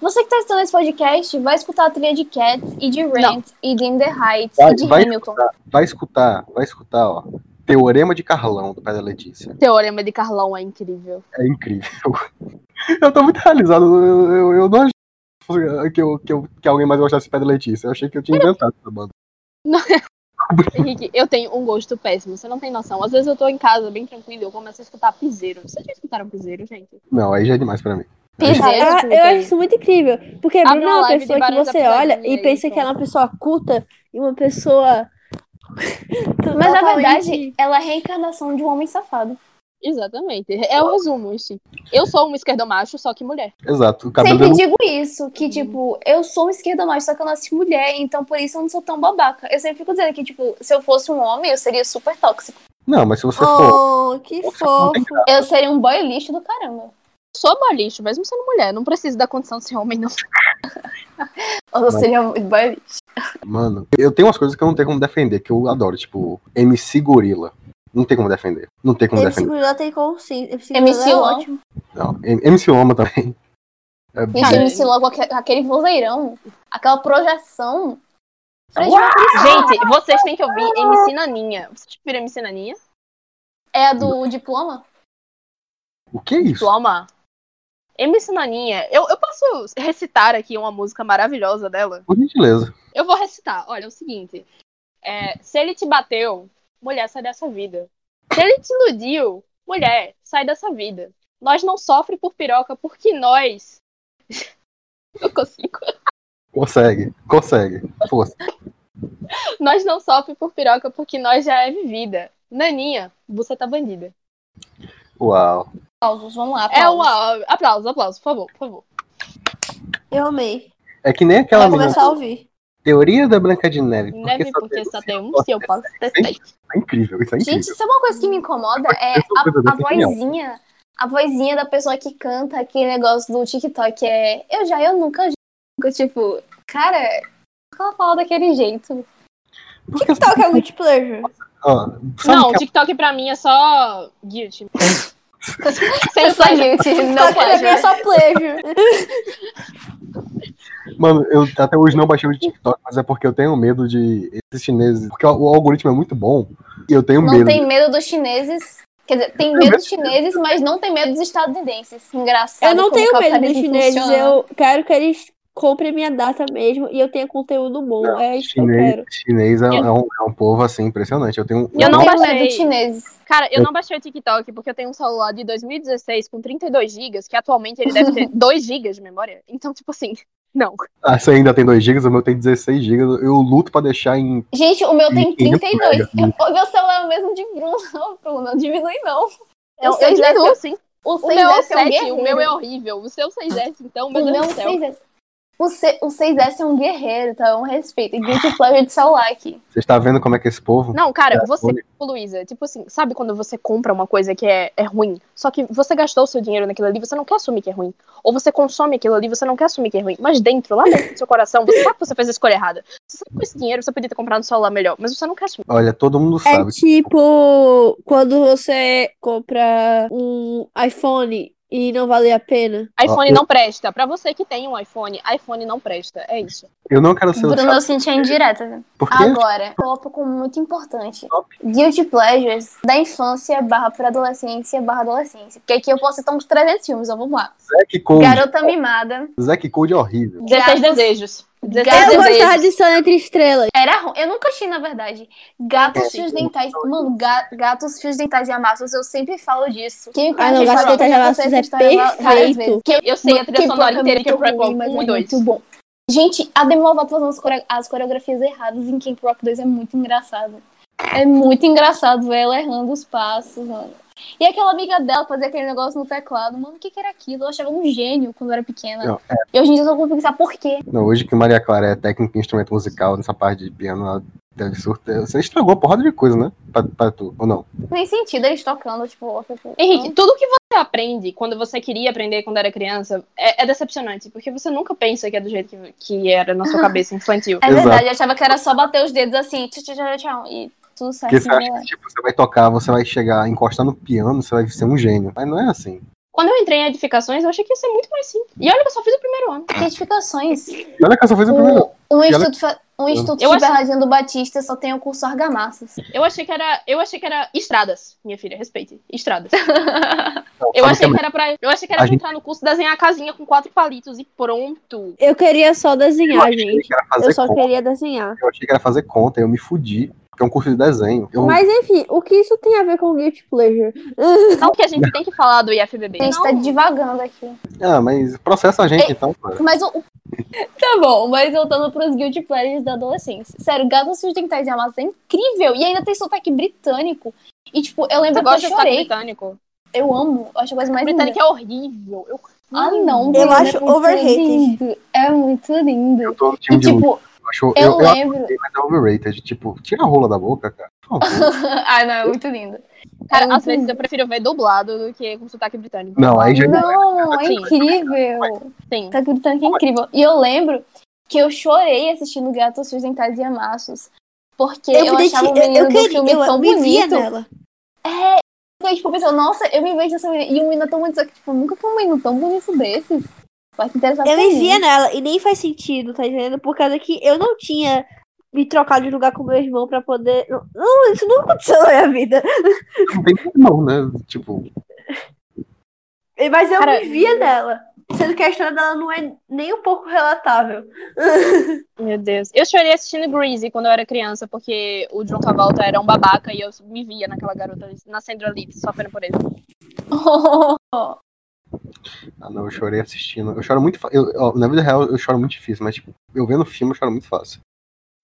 A: Você que tá assistindo esse podcast, vai escutar a trilha de Cats e de Rent e de In The Heights
B: Vai-
A: e de
B: vai
A: Hamilton.
B: Vai escutar, vai escutar, ó. Teorema de Carlão, do Pedra Letícia.
C: Teorema de Carlão é incrível.
B: É incrível. Eu tô muito realizado. Eu, eu, eu não achei que, fosse- que eu- que eu- que alguém mais gostasse de Pedra Letícia. Eu achei que eu tinha inventado essa banda.
C: Henrique, eu tenho um gosto péssimo, você não tem noção. Às vezes eu tô em casa, bem tranquilo, eu começo a escutar piseiro. Vocês já escutaram piseiro, gente?
B: Não, aí já é demais pra mim.
A: Piseiro,
C: É,
D: Ah,
C: Assim,
A: tudo.
D: eu
C: né?
D: acho isso muito incrível. Porque a
C: Abre
D: Bruna
C: uma
D: é uma
C: live de
D: pessoa que
C: Barões da
D: você
C: Pisadinha
D: olha e
C: aí,
D: pensa que
C: então.
D: ela é uma pessoa culta e uma pessoa.
A: Mas na
D: totalmente-
A: verdade, ela é a reencarnação de um homem safado.
C: Exatamente. É o resumo, assim. Eu sou um esquerdomacho, só que mulher.
B: Exato. O cabelo
A: Sempre
B: dele
A: digo isso, que tipo, eu sou um esquerda mais, só que eu nasci mulher, então por isso eu não sou tão babaca. Eu sempre fico dizendo que, tipo, se eu fosse um homem, eu seria super tóxico.
B: Não, mas se você for.
D: Oh, que
B: não
D: fofo.
B: tem
A: Eu seria um boy lixo do caramba.
C: Sou balixo, mesmo sendo mulher. Não preciso da condição de ser homem, não.
A: Ou eu
B: Mas-
A: seria um boy lixo.
B: Mano, eu tenho umas coisas que eu não tenho como defender, que eu adoro, tipo, MC Gorila. Não tem como defender. Não tem como
D: MC
B: defender.
D: Gorila tem consciência. MC
A: MC
D: Gorila é
A: Lon.
D: ótimo.
B: Não. M- MC Loma também. É
A: Gente,
B: bem-
C: Cara,
A: MC Lon com aque- aquele vozeirão, aquela projeção. Gente,
C: Gente, vocês têm que ouvir MC Naninha. Vocês viram MC Naninha?
A: É a do diploma?
B: O que é isso?
C: Toma. MC Naninha. Eu, eu posso recitar aqui uma música maravilhosa dela?
B: Por gentileza.
C: Eu vou recitar. Olha, é o seguinte. É, se ele te bateu, mulher, sai dessa vida. Se ele te iludiu, mulher, sai dessa vida. Nós não sofre por piroca porque nós... [laughs] Eu consigo.
B: Consegue. Consegue. Força.
C: Nós não sofre por piroca porque nós já é vivida. Naninha, você tá bandida.
B: Uau.
A: Aplausos, vamos lá.
C: É
A: aplausos.
C: uma... Aplauso, aplauso, por favor, por favor.
D: Eu amei.
B: É que nem aquela
D: Vou
B: menina,
D: começar a ouvir.
B: teoria da Branca de Neve. Porque
C: Neve
B: só
C: porque
B: tem-
C: só tem um, se eu posso ter seis.
B: Isso é incrível, isso é incrível.
A: Gente, isso é uma coisa que me incomoda, é
B: Essa coisa
A: a, a
B: dessa opinião.
A: vozinha, a vozinha da pessoa que canta aquele negócio do TikTok é eu já, eu nunca, eu já, nunca", tipo, cara, por que ela fala daquele jeito?
B: Porque as
D: Toca Good é Pleasure.
B: Ó, sabe
C: Não, o
B: que-
C: TikTok pra mim é só guilty. Sem
A: Eu
C: o
A: sou
C: pleasure.
A: gente, não
D: Toca pra mim é
A: pode. né?
D: só pleasure.
A: [laughs]
B: Mano, eu até hoje não baixei o TikTok, mas é porque eu tenho medo de esses chineses. Porque o algoritmo é muito bom e eu tenho
A: Não
B: medo.
A: tem medo dos chineses, quer dizer, tem medo dos chineses, mas não tem medo dos estadunidenses. Engraçado.
D: Eu não
A: como
D: tenho
A: o
D: medo dos
A: capitalismo
D: chineses.
A: funciona.
D: Eu quero que eles comprem minha data mesmo e eu tenha conteúdo bom.
B: Não,
D: é isso que eu
B: Chinês,
D: quero.
B: chinês é, é um, é um povo assim impressionante. Eu tenho. um
C: Eu não
A: tenho
C: baixei.
A: medo dos chineses.
C: Cara,
B: É.
C: eu não baixei o TikTok porque eu tenho um celular de 2016 com 32 GB, que atualmente ele deve
B: [laughs]
C: ter 2 GB de memória. Então, tipo assim, [laughs] não.
B: Ah, você ainda tem 2 GB, o meu tem 16 GB. Eu luto pra deixar em.
A: Gente, o meu tem
B: E- é e-
A: 32. Eu- O meu celular é o mesmo de Bruno. [laughs] Bruno, não diminui não.
C: Eu,
A: sei
C: eu
A: que deve
C: diminuo, sim.
A: O
C: O meu é
A: 6S é um
C: 7, o meu
A: guerreiro.
C: é horrível. O seu 6S, então, meu
A: O
D: é
A: meu
D: um
C: Deus do céu.
A: 6S. O, C, o 6S é um guerreiro, tá? É um respeito. E Guilty Pleasure de celular aqui.
B: Você está vendo como é que é esse povo?
C: Não, cara,
B: É,
C: você,
B: olha.
C: Luísa, tipo assim, sabe quando você compra uma coisa que é, é ruim, só que você gastou o seu dinheiro naquilo ali, você não quer assumir que é ruim. Ou você consome aquilo ali, você não quer assumir que é ruim. Mas dentro, lá dentro do seu coração, você sabe que você fez a escolha errada. Você sabe que com esse dinheiro você podia ter comprado um celular melhor, mas você não quer assumir.
B: Olha, todo mundo
D: É
B: sabe.
D: tipo quando você compra um iPhone e não valer a pena.
C: iPhone
B: eu-
C: não presta. Pra você que tem um iPhone, iPhone não presta. É isso.
B: Eu não quero ser o
A: Bruno,
B: chato,
A: eu senti a indireta.
B: porque
A: Agora, um tópico muito importante.
B: Top.
A: Guilty Pleasures da infância barra pra adolescência barra adolescência. Porque aqui eu posso citar uns 300 filmes, ó, vamos lá.
B: Zack Code.
A: Garota Mimada.
B: Zack Code é horrível.
C: 16
A: Gatos-
C: desejos. 16
A: Gatos-
D: Eu
A: Às vezes.
D: gostava de Sona Entre Estrelas.
A: Era ruim. Eu nunca achei, na verdade. Gatos, fios dentais. Mano, ga- gatos, fios dentais e amassos, eu sempre falo disso. Quem me
D: Ah, não,
A: conhece
D: Gatos,
A: fala,
D: Dentais e
A: eu já
D: Amassos
A: contei essa
D: é
A: história va- várias
D: perfeito.
A: vezes. Que eu-
C: Eu sei a trilha
A: Mano,
C: sonora
A: que
C: inteira que é
A: Camp Rock
C: Prep Rock
A: mas
C: 1 e
A: é
C: 2.
A: Muito bom. Gente, a Demi Lovato fazendo as, core- as coreografias erradas em Camp Rock 2 é muito engraçado. É muito engraçado ver ela errando os passos, mano. E aquela amiga dela fazer aquele negócio no teclado. Mano, o que, que era aquilo? Eu achava um gênio quando eu era pequena.
B: Não, é.
A: E hoje em dia eu só consigo pensar por quê.
B: Não, hoje que Maria Clara é técnica em instrumento musical, nessa parte de piano, ela deve surtar. Você estragou uma porrada de coisa, né? Pra, pra tu, ou não?
A: Nem sentido eles tocando, tipo... tipo
C: Henrique, tudo que você aprende quando você queria aprender quando era criança é, é decepcionante, porque você nunca pensa que é do jeito que, que era na sua cabeça infantil.
A: É
B: Exato.
A: verdade, eu achava que era só bater os dedos assim, tchau, tchau, tchau, tchau, e tudo certo.
B: Porque você acha
A: né?
B: que tipo, você vai tocar, você vai chegar, encostar no piano, você vai ser um gênio. Mas não é assim.
C: Quando eu entrei em edificações, eu achei que ia ser muito mais simples. E olha que eu só fiz o primeiro ano.
A: Certificações.
B: E olha é que eu só fiz o primeiro.
A: O, um
B: E olha-
A: instituto, fa- um instituto
C: Eu
A: de
C: acho-
A: Bernardino do Batista só tem o curso argamassas.
C: Eu achei que era, eu achei que era estradas, minha filha, respeite, estradas.
B: Não,
C: Eu
B: sabe
C: achei
B: o
C: que
B: que é-
C: era para, eu achei que era
B: A
C: pra
B: gente-
C: entrar no curso, desenhar a casinha com quatro palitos e pronto.
D: Eu queria só
B: eu
D: desenhar,
B: achei
D: gente.
B: que era fazer
D: Eu só
B: conta.
D: queria desenhar.
B: Eu achei que era fazer conta, eu me fudi. porque é um curso de desenho. Eu-
E: Mas enfim, o que isso tem a ver com Guilty Pleasure?
C: Não que a gente tem que falar do IFBB.
A: A gente
C: Não,
A: tá divagando aqui.
B: Ah, mas processa a gente então, cara.
A: Mas o. [laughs] o- Tá bom, mas voltando pros Guilty Pleasures da adolescência. Sério, Gatos Sustentais e Amados é incrível. E ainda tem sotaque britânico. E, tipo, eu lembro
C: eu
A: que eu
C: gosto de sotaque
A: chorei.
C: britânico.
A: Eu amo. Eu acho a coisa mais linda.
C: Britânico é horrível. Eu...
A: Ah, não.
E: Eu
A: Bruno, é
E: acho
A: muito
E: overrated.
A: lindo. É muito lindo.
B: Eu tô no time
A: E,
B: de Lu.
A: tipo,
B: Eu acho. Eu,
A: eu
B: eu,
A: lembro. [laughs]
B: achei, mas é overrated. Tipo, tira a rola da boca, cara. Por favor.
A: ah, não, é muito lindo.
C: Cara,
A: É muito
C: às vezes
A: lindo.
C: eu prefiro ver dublado do que com sotaque britânico.
B: Não, aí já-
A: Não, é
B: assim.
C: Sim.
A: incrível.
C: Sim.
A: Tá gritando que é incrível. E eu lembro que eu chorei assistindo Gatos Sustentais e Amassos. Porque eu,
D: podia
A: achava
D: te-
A: o menino do
D: queria-
A: filme
D: eu
A: tão
D: me via
A: bonito.
D: nela.
A: Eu, tipo, pensando, nossa, eu me vejo nessa menina. E um menino tão bonito. Só que, tipo, nunca vi um menino tão bonito desses. Vai se interessar
D: Eu
A: por
D: me
A: mim.
D: via nela e nem faz sentido, tá entendendo? Por causa que eu não tinha me trocado de lugar com meu irmão pra poder. Não, não, isso não aconteceu na minha vida.
B: Não tem como, não, né? Tipo,
D: Mas eu
C: Cara,
D: me via nela. Sendo que a história dela não é nem um pouco relatável.
C: Meu Deus. Eu chorei assistindo Greasy quando eu era criança, porque o John Travolta era um babaca e eu me via naquela garota, na Sandra Lips, só pena por ele.
B: ah, não, eu chorei assistindo. Eu choro muito. fa- Eu, ó, na vida real, eu choro muito difícil, mas, tipo, eu vendo filme, eu choro muito fácil.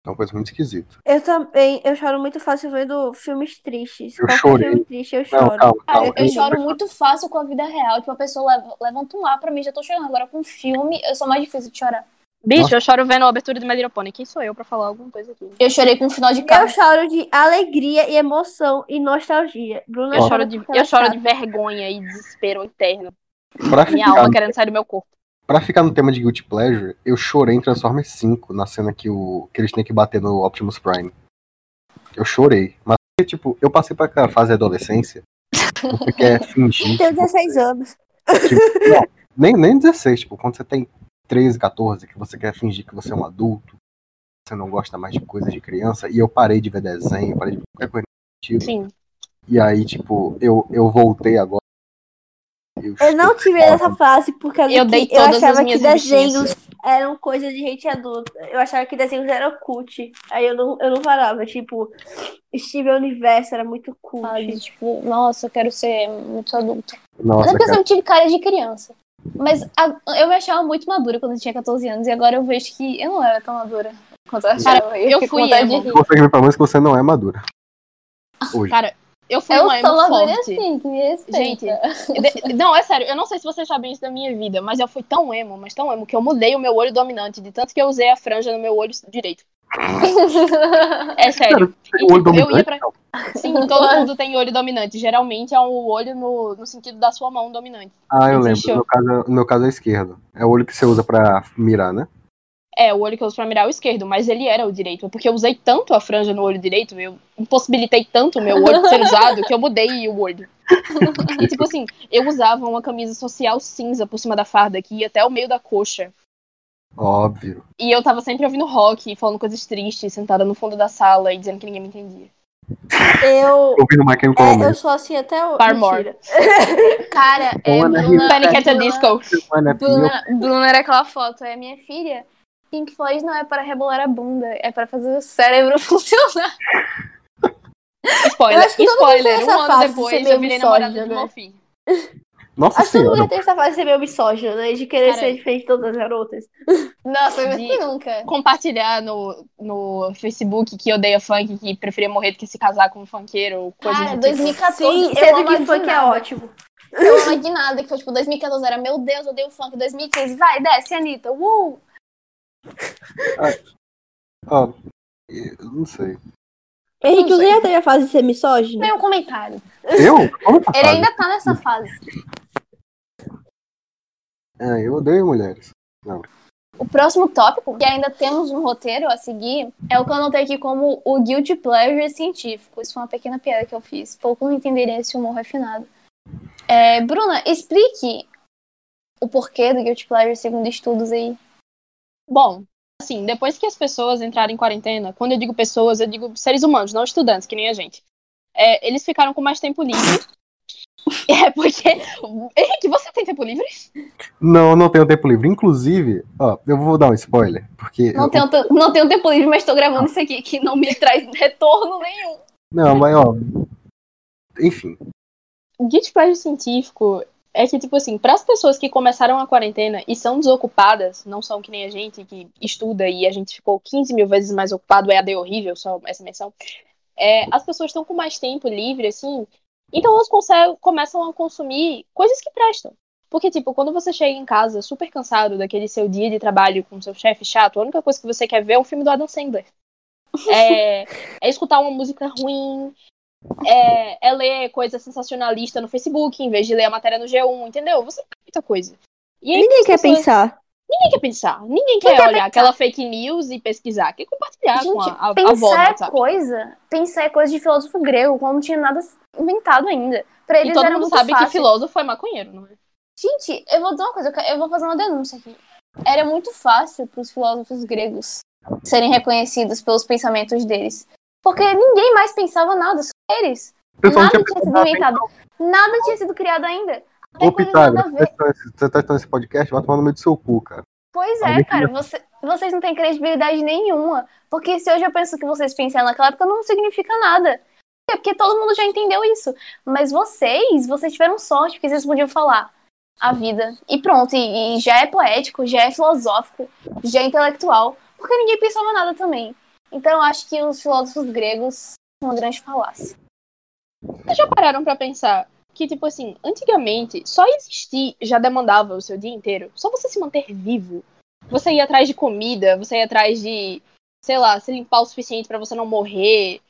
B: É uma coisa muito esquisita.
D: Eu também, eu choro muito fácil vendo filmes tristes.
B: Eu
D: Qualquer
B: chorei.
D: filme triste, eu choro.
B: Não, calma,
A: [laughs] Cara,
B: calma.
A: É, eu, choro muito fácil com a vida real. Tipo, a pessoa leva- levanta um ar pra mim, já tô chorando. Agora com um filme, eu sou mais difícil de chorar.
C: Bicho,
B: Nossa.
C: eu choro vendo a abertura do My Little Pony. Quem sou eu pra falar alguma coisa aqui?
A: Eu chorei com o final de
D: Eu
A: carro.
D: choro de alegria e emoção e nostalgia. Bruna
C: Eu
B: Ó.
C: choro de,
D: porque
C: eu
D: ela
C: choro
D: chora.
C: de vergonha e desespero interno.
B: Pra
C: Minha
B: ficar,
C: alma querendo sair do meu corpo.
B: pra ficar no tema de Guilty Pleasure, eu chorei em Transformers 5, na cena que, o, que eles têm que bater no Optimus Prime. Eu chorei. Mas, tipo, eu passei pra aquela fase da adolescência. Você quer fingir.
D: Tenho 16 anos.
B: Nem, nem 16, tipo, quando você tem 13, 14, que você quer fingir que você é um adulto, você não gosta mais de coisas de criança, e eu parei de ver desenho, parei de ver qualquer coisa nesse sentido.
C: Sim.
B: E aí, tipo, eu, eu voltei agora.
D: Eu não tive essa fase por causa
C: Eu
D: que
C: dei
D: eu
C: todas as
D: achava que
C: minhas
D: desenhos eram coisa de gente adulta. Eu achava que desenhos eram cult. Aí eu não, eu não falava, tipo, Steven Universo era muito cult.
A: sabe? Tipo, nossa, eu quero ser muito adulta. Não
B: Nossa,
A: porque eu
B: cara.
A: sempre tive cara de criança. Mas a- eu me achava muito madura quando eu tinha 14 anos. E agora eu vejo que eu não era tão madura quanto eu achava.
C: eu
A: fiquei com
C: fui
A: vontade de
C: emo.
A: rir.
B: Você consegue ver pra mãe que você não é madura. Hoje.
C: Cara, Eu fui
A: Eu
C: uma
A: sou
C: emo
A: madura
C: forte.
A: assim, que me respeita. [laughs]
C: Gente, de- não, é sério, eu não sei se vocês sabem isso da minha vida, mas eu fui tão emo, mas tão emo, que eu mudei o meu olho dominante, de tanto que eu usei a franja no meu olho direito. É sério.
B: Tem o olho
C: tipo, eu ia
B: dominante,
C: pra-
B: não.
C: Sim, todo mundo tem olho dominante. Geralmente é o olho no, no sentido da sua mão dominante.
B: Ah, eu lembro.
C: Existe
B: No meu, caso, é- no meu caso é esquerdo. É o olho que você usa pra mirar, né?
C: É, o olho que eu uso pra mirar é o esquerdo, mas ele era o direito. Porque eu usei tanto a franja no olho direito, eu impossibilitei tanto o meu olho de ser usado, que eu mudei o olho. [laughs] E tipo assim, eu usava uma camisa social cinza por cima da farda, que ia até o meio da coxa.
B: Óbvio.
C: E eu tava sempre ouvindo rock, falando coisas tristes, sentada no fundo da sala e dizendo que ninguém me entendia.
D: Eu,
B: Eu vi no My Chemical
D: é, eu
B: Romance.
D: sou assim até hoje.
C: Paramore.
A: Cara, é,
B: Boa, né,
A: Bruna-
C: Panic at the
A: Bruna-
C: Disco.
B: Mano, é
A: Bruna, Bruna era aquela foto, é minha filha. Pink Floyd não é para rebolar a bunda, é para fazer o cérebro [laughs] funcionar.
C: [laughs] Spoiler,
D: é. Eu acho que todo mundo
C: spoiler.
D: tem
C: Um
D: essa
C: ano
D: fase de ser
C: depois
D: meio
C: eu virei namorada
D: misógino,
C: do
D: né?
C: Mofi.
B: Nossa
D: Acho que todo
B: senhora.
D: mundo tem essa fase de ser meio misógino, né? De querer
C: Cara,
D: ser diferente de todas as garotas.
A: Nossa, eu
C: De-
A: nunca.
C: Compartilhar no, no Facebook que odeia funk, que preferia morrer do que se casar com um funkeiro, coisa
D: Ah,
A: Cara,
C: do tipo.
A: 2014,
D: Sim,
A: eu
D: sendo
A: amo
D: que funk é
A: nada.
D: ótimo.
A: Eu amo de nada, que foi tipo 2014 era meu Deus, eu dei o funk. 2015, vai, desce, Anitta, uh!
B: Ó, eu não sei.
D: Henrique,
A: Não
D: você
A: sei.
D: já teve a fase de ser misógino?
A: Nenhum um comentário.
B: Eu? Como eu
A: Ele ainda tá nessa fase.
B: É, eu odeio mulheres.
A: O próximo tópico, que ainda temos um roteiro a seguir, é o que eu anotei aqui como o Guilty Pleasure científico. Isso foi uma pequena piada que eu fiz. Pouco não entenderia esse humor refinado. É, Bruna, explique o porquê do Guilty Pleasure segundo estudos aí.
C: Bom, assim, depois que as pessoas entrarem em quarentena, quando eu digo pessoas, eu digo seres humanos, não estudantes, que nem a gente. É, eles ficaram com mais tempo livre. [laughs] É porque. Henrique, você tem tempo livre?
B: Não, eu não tenho tempo livre. Inclusive, ó, eu vou dar um spoiler, porque.
A: Não
B: eu-
A: tenho, t- não tenho tempo livre, mas tô gravando isso aqui que não me traz retorno nenhum.
B: Não, mas ó. Enfim.
C: Guilty pleasure científico é que, tipo assim, para as pessoas que começaram a quarentena e são desocupadas, não são que nem a gente que estuda e a gente ficou 15 mil vezes mais ocupado, é AD horrível, só essa menção. é, as pessoas estão com mais tempo livre, assim, então elas conse- começam a consumir coisas que prestam. Porque, tipo, quando você chega em casa super cansado daquele seu dia de trabalho com seu chefe chato, a única coisa que você quer ver é um filme do Adam Sandler. É, é escutar uma música ruim, é, é ler coisa sensacionalista no Facebook em vez de ler a matéria no G1, entendeu? Você tem muita coisa. E aí,
D: Ninguém
C: as
D: quer
C: pessoas-
D: pensar.
C: Ninguém quer pensar. Ninguém quer olhar aquela fake news e pesquisar. Quer compartilhar Tá com a, a, a avó,
A: pensar
C: né,
A: é
C: sabe?
A: coisa. Pensar é coisa de filósofo grego, quando não tinha nada inventado ainda. Pra eles
C: E todo
A: era
C: mundo
A: muito
C: sabe
A: fácil.
C: que filósofo é maconheiro, não é?
A: Gente, eu vou dizer uma coisa, eu ca- eu vou fazer uma denúncia aqui. Era muito fácil para os filósofos gregos serem reconhecidos pelos pensamentos deles. Porque ninguém mais pensava nada, só eles.
B: O pessoal não
A: Nada
B: tinha
A: tinha sido
B: pensado, hein?
A: inventado. Nada tinha sido criado ainda. Até
B: Ô,
A: coisas nada a
B: Pitágoras,
A: ver.
B: você tá- você tá escutando esse podcast? Vai tomar no meio do seu cu, cara.
A: Pois
B: Aí
A: é,
B: que
A: cara, você- vocês não têm credibilidade nenhuma. Porque se hoje eu penso que vocês pensaram naquela época, não significa nada. É porque todo mundo já entendeu isso. Mas vocês, vocês tiveram sorte, porque vocês podiam falar a vida. E pronto, e, e já é poético, já é filosófico, já é intelectual. Porque ninguém pensava nada também. Então eu acho que os filósofos gregos são uma grande falácia.
C: Vocês já pararam pra pensar que, tipo assim, antigamente, só existir já demandava o seu dia inteiro? Só você se manter vivo. Você ia atrás de comida, você ia atrás de, sei lá, se limpar o suficiente pra você não morrer.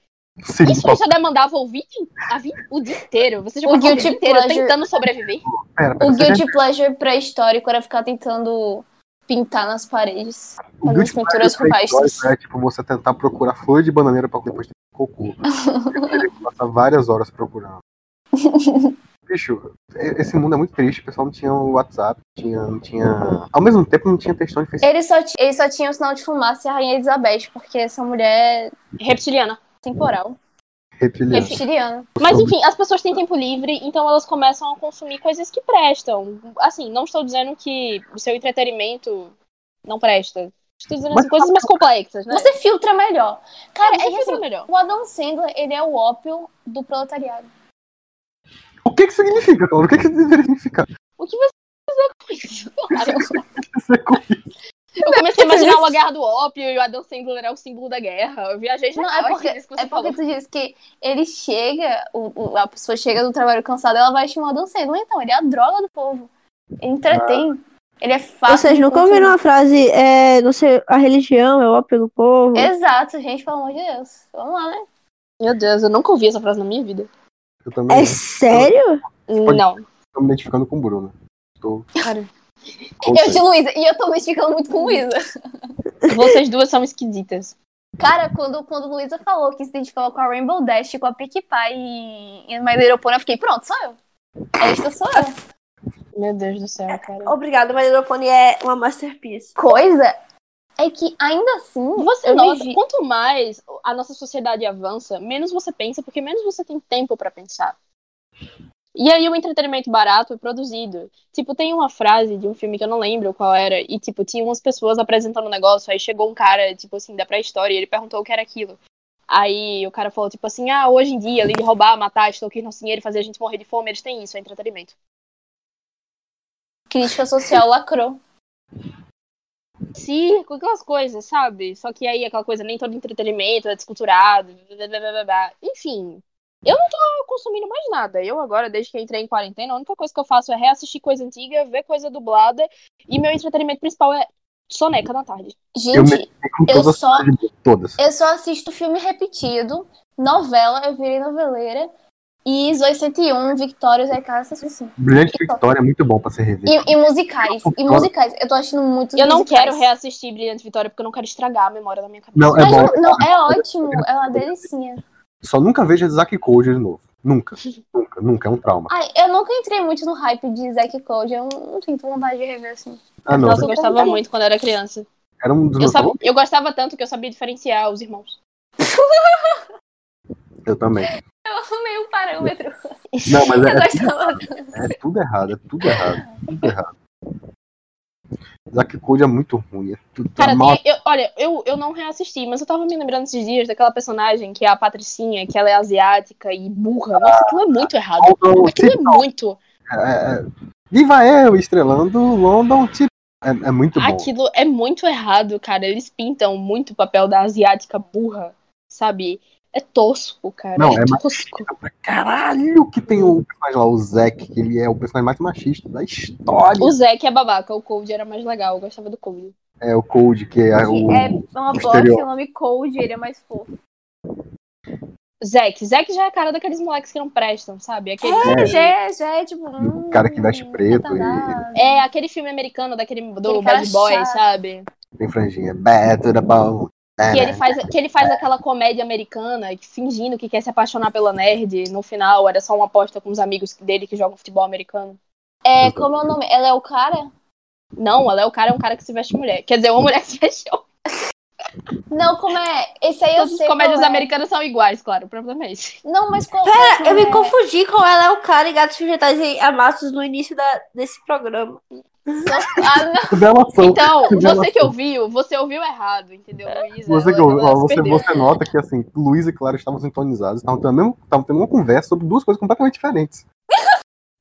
B: Sim,
C: Isso já demandava o, vida, a vida, o dia inteiro. Você já
A: O
C: passava o
A: guilty
C: dia inteiro
A: pleasure.
C: tentando sobreviver.
B: pera, pera,
A: O
B: você já-
A: guilty pleasure pré-histórico era ficar tentando pintar nas paredes.
B: o
A: Algumas
B: guilty
A: pinturas
B: pleasure da
A: rupestres.
B: história É tipo você tentar procurar flor de bananeira pra depois ter
A: [laughs]
B: cocô. Você Passar várias horas procurando. Bicho, e- esse mundo é muito triste. O pessoal não tinha o WhatsApp, tinha, não tinha. Ao mesmo tempo não tinha textão de Facebook.
A: Ele só, ti- ele só tinha o sinal de fumaça e a Rainha Elizabeth, porque essa mulher é
C: Reptiliana.
A: temporal, É,
B: reptiliano.
A: reptiliana.
C: Mas enfim, as pessoas têm tempo livre, então elas começam a consumir coisas que prestam. Assim, não estou dizendo que o seu entretenimento não presta. Estou dizendo assim, coisas mais complexas, né?
A: Você filtra melhor. Cara, é
C: Você
A: que
C: filtra
A: assim,
C: melhor.
A: o Adam Sandler, ele é o ópio do proletariado.
B: O que que significa, Laura? O que que deveria [laughs] significar?
C: O que você quiser com [laughs] isso? Eu comecei a imaginar uma guerra do ópio e o Adam Sandler é o símbolo da guerra. Eu viajei já
A: Não, é porque,
C: isso que você
A: é
C: falou.
A: porque tu diz que ele chega, o- o- a pessoa chega do trabalho cansada, ela vai chamar o Adam Sandler, então, ele é a droga do povo. Ele entretém. Ele é fácil.
D: Ah. Vocês
A: de
D: nunca
A: consumir.
D: ouviram a frase, é, não sei, a religião é ópio do povo?
A: Exato, gente, pelo amor de Deus. Vamos lá, né?
C: Meu Deus, eu nunca ouvi essa frase na minha vida.
B: Eu também
D: É sério?
B: pode-
C: Não.
B: tô me identificando com o Bruno. Tô.
D: [laughs]
C: Cara. então.
B: Ou
A: Eu
B: seja,
A: de Luísa, e eu tô me esticando muito com Luísa.
C: Vocês duas são esquisitas.
A: Cara, quando, quando Luísa falou que se identificava com a Rainbow Dash, com a PicPie e, e My Little Pony, eu fiquei, pronto, sou eu. Esta sou eu.
C: Meu Deus do céu, cara.
D: Obrigado, mas o Pony é uma masterpiece.
A: Coisa é que, ainda assim,
C: Você
A: eu
C: nota,
A: vivi-
C: quanto mais a nossa sociedade avança, menos você pensa, porque menos você tem tempo pra pensar. E aí o entretenimento barato é produzido. Tipo, tem uma frase de um filme que eu não lembro qual era, e tipo, tinha umas pessoas apresentando um negócio, aí chegou um cara, tipo assim, da pré-história, e ele perguntou o que era aquilo. Aí o cara falou, tipo assim, ah, hoje em dia, além de roubar, matar, extorquir nosso dinheiro, fazer a gente morrer de fome, eles têm isso, é entretenimento.
A: crítica social lacrou.
C: circo, aquelas coisas, sabe? Só que aí aquela coisa nem todo entretenimento, é desculturado, blá, blá, blá, blá, blá. enfim. Eu não tô consumindo mais nada. Eu agora, desde que entrei em quarentena, a única coisa que eu faço é reassistir coisa antiga, ver coisa dublada, e meu entretenimento principal é soneca na tarde.
B: Eu
A: Gente,
B: me- com
A: eu
B: todas as
A: só-
B: cidades, todas.
A: eu só assisto filme repetido, novela, eu virei noveleira, e um, Zoe 101, Victória, Zé Carlos, essas coisas assim.
B: Brilhante Victória é muito bom pra ser revisto.
A: E, e musicais, e musicais. Eu tô assistindo muitos
C: Eu não
A: musicais.
C: quero reassistir Brilhante Vitória porque eu não quero estragar a memória da minha cabeça.
B: Não, é
A: Mas
B: bom.
A: não, não, é ótimo, é uma delicinha.
B: Só nunca veja Zack Code de novo.
C: [laughs]
B: Nunca. Nunca, nunca. É um trauma.
A: Ai, eu nunca entrei muito no hype de Zack Code. Eu não sinto vontade de rever assim.
B: Ah, não.
C: Nossa, eu
A: não.
C: gostava muito quando era criança.
B: Era um dos
C: Eu,
B: meus
C: sabe,
B: favoritos.
C: eu gostava tanto que eu sabia diferenciar os irmãos.
B: Eu também.
A: Eu amei o parâmetro.
B: Não, mas
A: Eu
B: [laughs] é,
A: gostava.
B: é tudo errado, é tudo errado, tudo errado. Zack Code é muito ruim, é tudo tá
C: Cara,
B: mal.
C: tem- eu- olha, eu, eu não reassisti, mas eu tava me lembrando esses dias daquela personagem que é a Patricinha, que ela é asiática e burra. Nossa, aquilo é muito errado.
B: London,
C: Aquilo é
B: Tip-
C: muito.
B: é, é, Viva eu estrelando London Tip. É, é muito bom.
C: Aquilo é muito errado, cara. Eles pintam muito o papel da asiática burra, sabe? É tosco, cara.
B: Não,
C: é,
B: é
C: tosco.
B: Caralho, que tem o personagem lá, o Zack, que ele é o personagem mais machista da história.
C: O Zack é babaca, o Cold era mais legal, eu gostava do Cold.
B: É o Code, que é o.
A: É uma bosta,
B: exterior.
A: o nome Cold, ele é mais fofo.
C: Zack, Zack já é a cara daqueles moleques que não prestam, sabe? Aquele,
B: É.
A: Já é, já é tipo.
B: O cara que veste
A: hum,
B: preto e-
A: Satanás.
C: é aquele filme americano daquele do
A: Aquele cara
C: Bad Boy,
A: chato.
C: sabe?
B: Tem franjinha. Bad to the bone.
C: Que
B: É.
C: ele, faz, que ele faz aquela comédia americana, que fingindo que quer se apaixonar pela nerd, no final era só uma aposta com os amigos dele que jogam futebol americano.
A: É, como é o nome? Ela é o cara?
C: Não, ela é o cara, é um cara que se veste mulher. Quer dizer, uma mulher que se veste homem.
A: Não, como é? Esse aí eu
C: Todas
A: sei.
C: as comédias
A: qual é.
C: americanas são iguais, claro, o problema é esse.
A: Não, mas qual mas
D: Eu me
A: como é?
D: confundi com ela é o cara e gatos vegetais e amassos no início da- desse programa.
A: [laughs] Ah, não.
B: Delação. [laughs]
C: Então,
B: Delação.
C: você que né, ouviu, você ouviu errado, entendeu,
A: É.
C: Luísa?
B: Você,
C: Ela-
B: que ouve-
C: ela
B: ó,
C: se
B: você,
C: perdeu.
B: você nota que assim, Luiz e Clara estavam sintonizados, estavam tendo, a mesma- estavam tendo uma conversa sobre duas coisas completamente diferentes.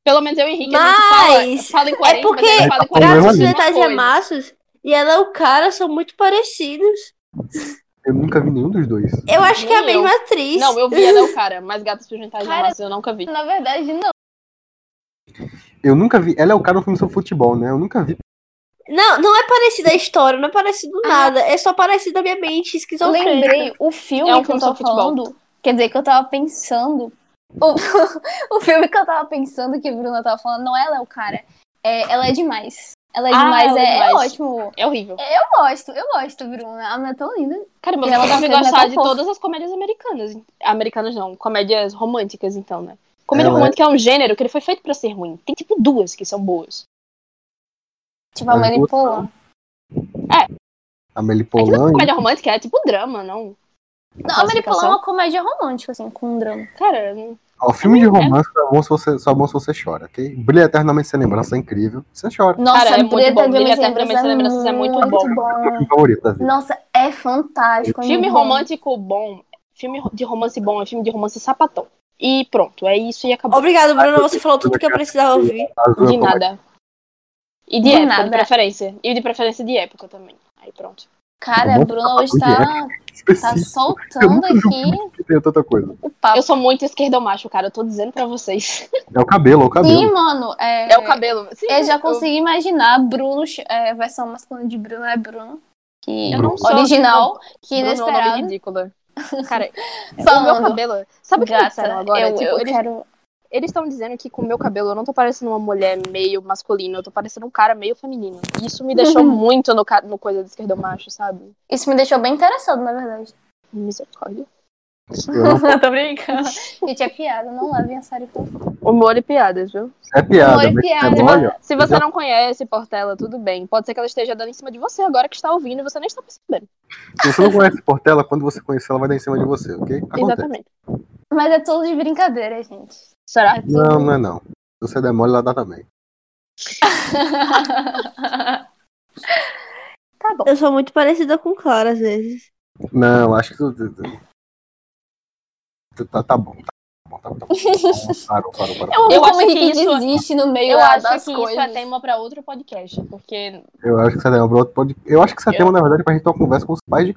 C: Pelo menos eu e o Henrique, a gente
D: Mas
C: fala, fala
A: é
C: em 40,
D: porque
C: mas a gente fala
B: Tá
C: em
B: problema
D: gatos
C: 40
B: ali.
D: vegetais e
C: coisa.
D: amassos e ela é o cara são muito parecidos.
B: Eu nunca vi nenhum dos dois.
D: Eu acho que é a
C: Nem eu.
D: mesma atriz.
C: Não, eu vi ela é o cara, mas gatos sujeitais
A: Cara-
C: amassos eu nunca vi.
A: Na verdade, não.
B: Eu nunca vi. Ela é o cara no filme sobre futebol, né? Eu nunca vi.
D: Não, não é parecida a história, não é parecido
C: Ah.
D: nada. É só parecido a minha mente
A: Eu
D: esquizofrênica.
A: lembrei o filme
C: É
A: que
C: um
A: eu
C: filme
A: tava
C: sobre futebol.
A: falando. Quer dizer, que eu tava pensando. O, [laughs] o filme que eu tava pensando, que a Bruna tava falando, não ela é o cara. É, ela é demais. Ela é
C: Ah,
A: demais,
C: ela
A: é,
C: é
A: é
C: demais.
A: ótimo.
C: É horrível.
A: Eu gosto, eu gosto, Bruna. A mulher é tão linda.
C: Cara, mas
A: E ela
C: você deve
A: tá sendo
C: gostar de
A: fofa.
C: todas as comédias americanas. Americanas não, comédias românticas, então, né? Comédia
B: Ela é-
C: romântica é um gênero que ele foi feito pra ser ruim. Tem tipo duas que são boas.
A: Tipo, a
B: Mas
A: manipula.
B: A Meli
C: Aquela
B: Polan.
C: comédia romântica é tipo drama, não.
A: Não, a manipula é
C: Classificação.
A: uma comédia romântica, assim, com um drama.
C: Cara, não-
B: Ó, filme de
C: né?
B: romance só é bom se você, só é bom se você chora, ok? Brilha eternamente sem lembrança, é incrível. Você chora.
A: Nossa,
C: é muito
A: Brilha
C: bom.
A: Eterna
C: Brilha
A: Sem
C: Eterna Sem
A: assim,
C: Lembranças é muito bom.
B: É o meu favorito da vida.
A: Nossa, é fantástico. é
C: filme
A: muito bom.
C: romântico bom, filme ro- de romance bom, é filme de romance sapatão. E pronto, é isso e acabou.
D: Obrigado, Bruno. Você falou tudo que eu precisava ouvir.
B: Azul é
C: De
B: como-
C: nada. E de,
A: De
C: época,
A: nada.
C: de preferência. E de preferência de época também. Aí pronto.
A: Cara, a
B: Bom,
A: Bruna hoje
B: tá
A: tá, tá
B: Específico, Eu
A: soltando
B: nunca
A: aqui
C: Tá
B: que tem tanta coisa.
A: o papo.
C: Eu sou muito esquerdomacho, cara. Eu tô dizendo pra vocês.
B: É o cabelo, é o cabelo.
A: Sim, mano. É,
C: Tá [laughs] É o cabelo. Sim,
A: Eu já
C: eu-
A: consegui imaginar Bruno, é, a versão masculina de Bruno é Bruno. Que
C: Eu não sou
A: original, que
C: Bruno é um nome
A: inesperado.
C: ridículo. [laughs] Cara, o meu
A: Falando,
C: cabelo. Sabe o que eles
A: gata,
C: disseram agora?
A: eu,
C: Tipo,
A: eu
C: eles
A: quero...
C: estão dizendo que com o meu cabelo eu não tô parecendo uma mulher meio masculina, eu tô parecendo um cara meio feminino. E isso me [laughs] deixou muito no, ca- no coisa de esquerdo macho, sabe?
A: Isso me deixou bem interessado, na verdade.
C: Misericórdia.
B: Eu não-
A: Tô brincando. Gente, é piada, não levem a sério. por favor.
C: Humor e piadas, viu?
B: É piada,
A: Amor,
B: mas
A: piada.
B: é mole, ó.
C: Se você não conhece Portela, tudo bem. Pode ser que ela esteja dando em cima de você agora que está ouvindo e você nem está percebendo.
B: Se você não conhece Portela, quando você conhecer, ela vai dar em cima de você, ok? Acontece.
C: Exatamente.
A: Mas é tudo de brincadeira, gente.
C: Será?
A: É tudo...
B: Não, não é não. Se você der mole, ela dá também.
A: tá bom.
D: Eu sou muito parecida com Clara às vezes.
B: Não, acho que. tu- tu- tu- Tá, tá bom, tá bom, tá bom. Tá bom.
A: [laughs]
B: Parou, parou, parou.
A: Eu,
C: Eu
A: como
C: acho
A: o
C: que
A: Henrique
C: isso-
A: desiste no meio
C: Eu
A: da-
C: acho
A: das
C: que
A: coisas.
C: isso é tema pra outro podcast, porque
B: Eu acho que você lembra outro pode. Eu acho que você
C: Eu-
B: tema, na verdade, pra gente ter uma conversa com os pais de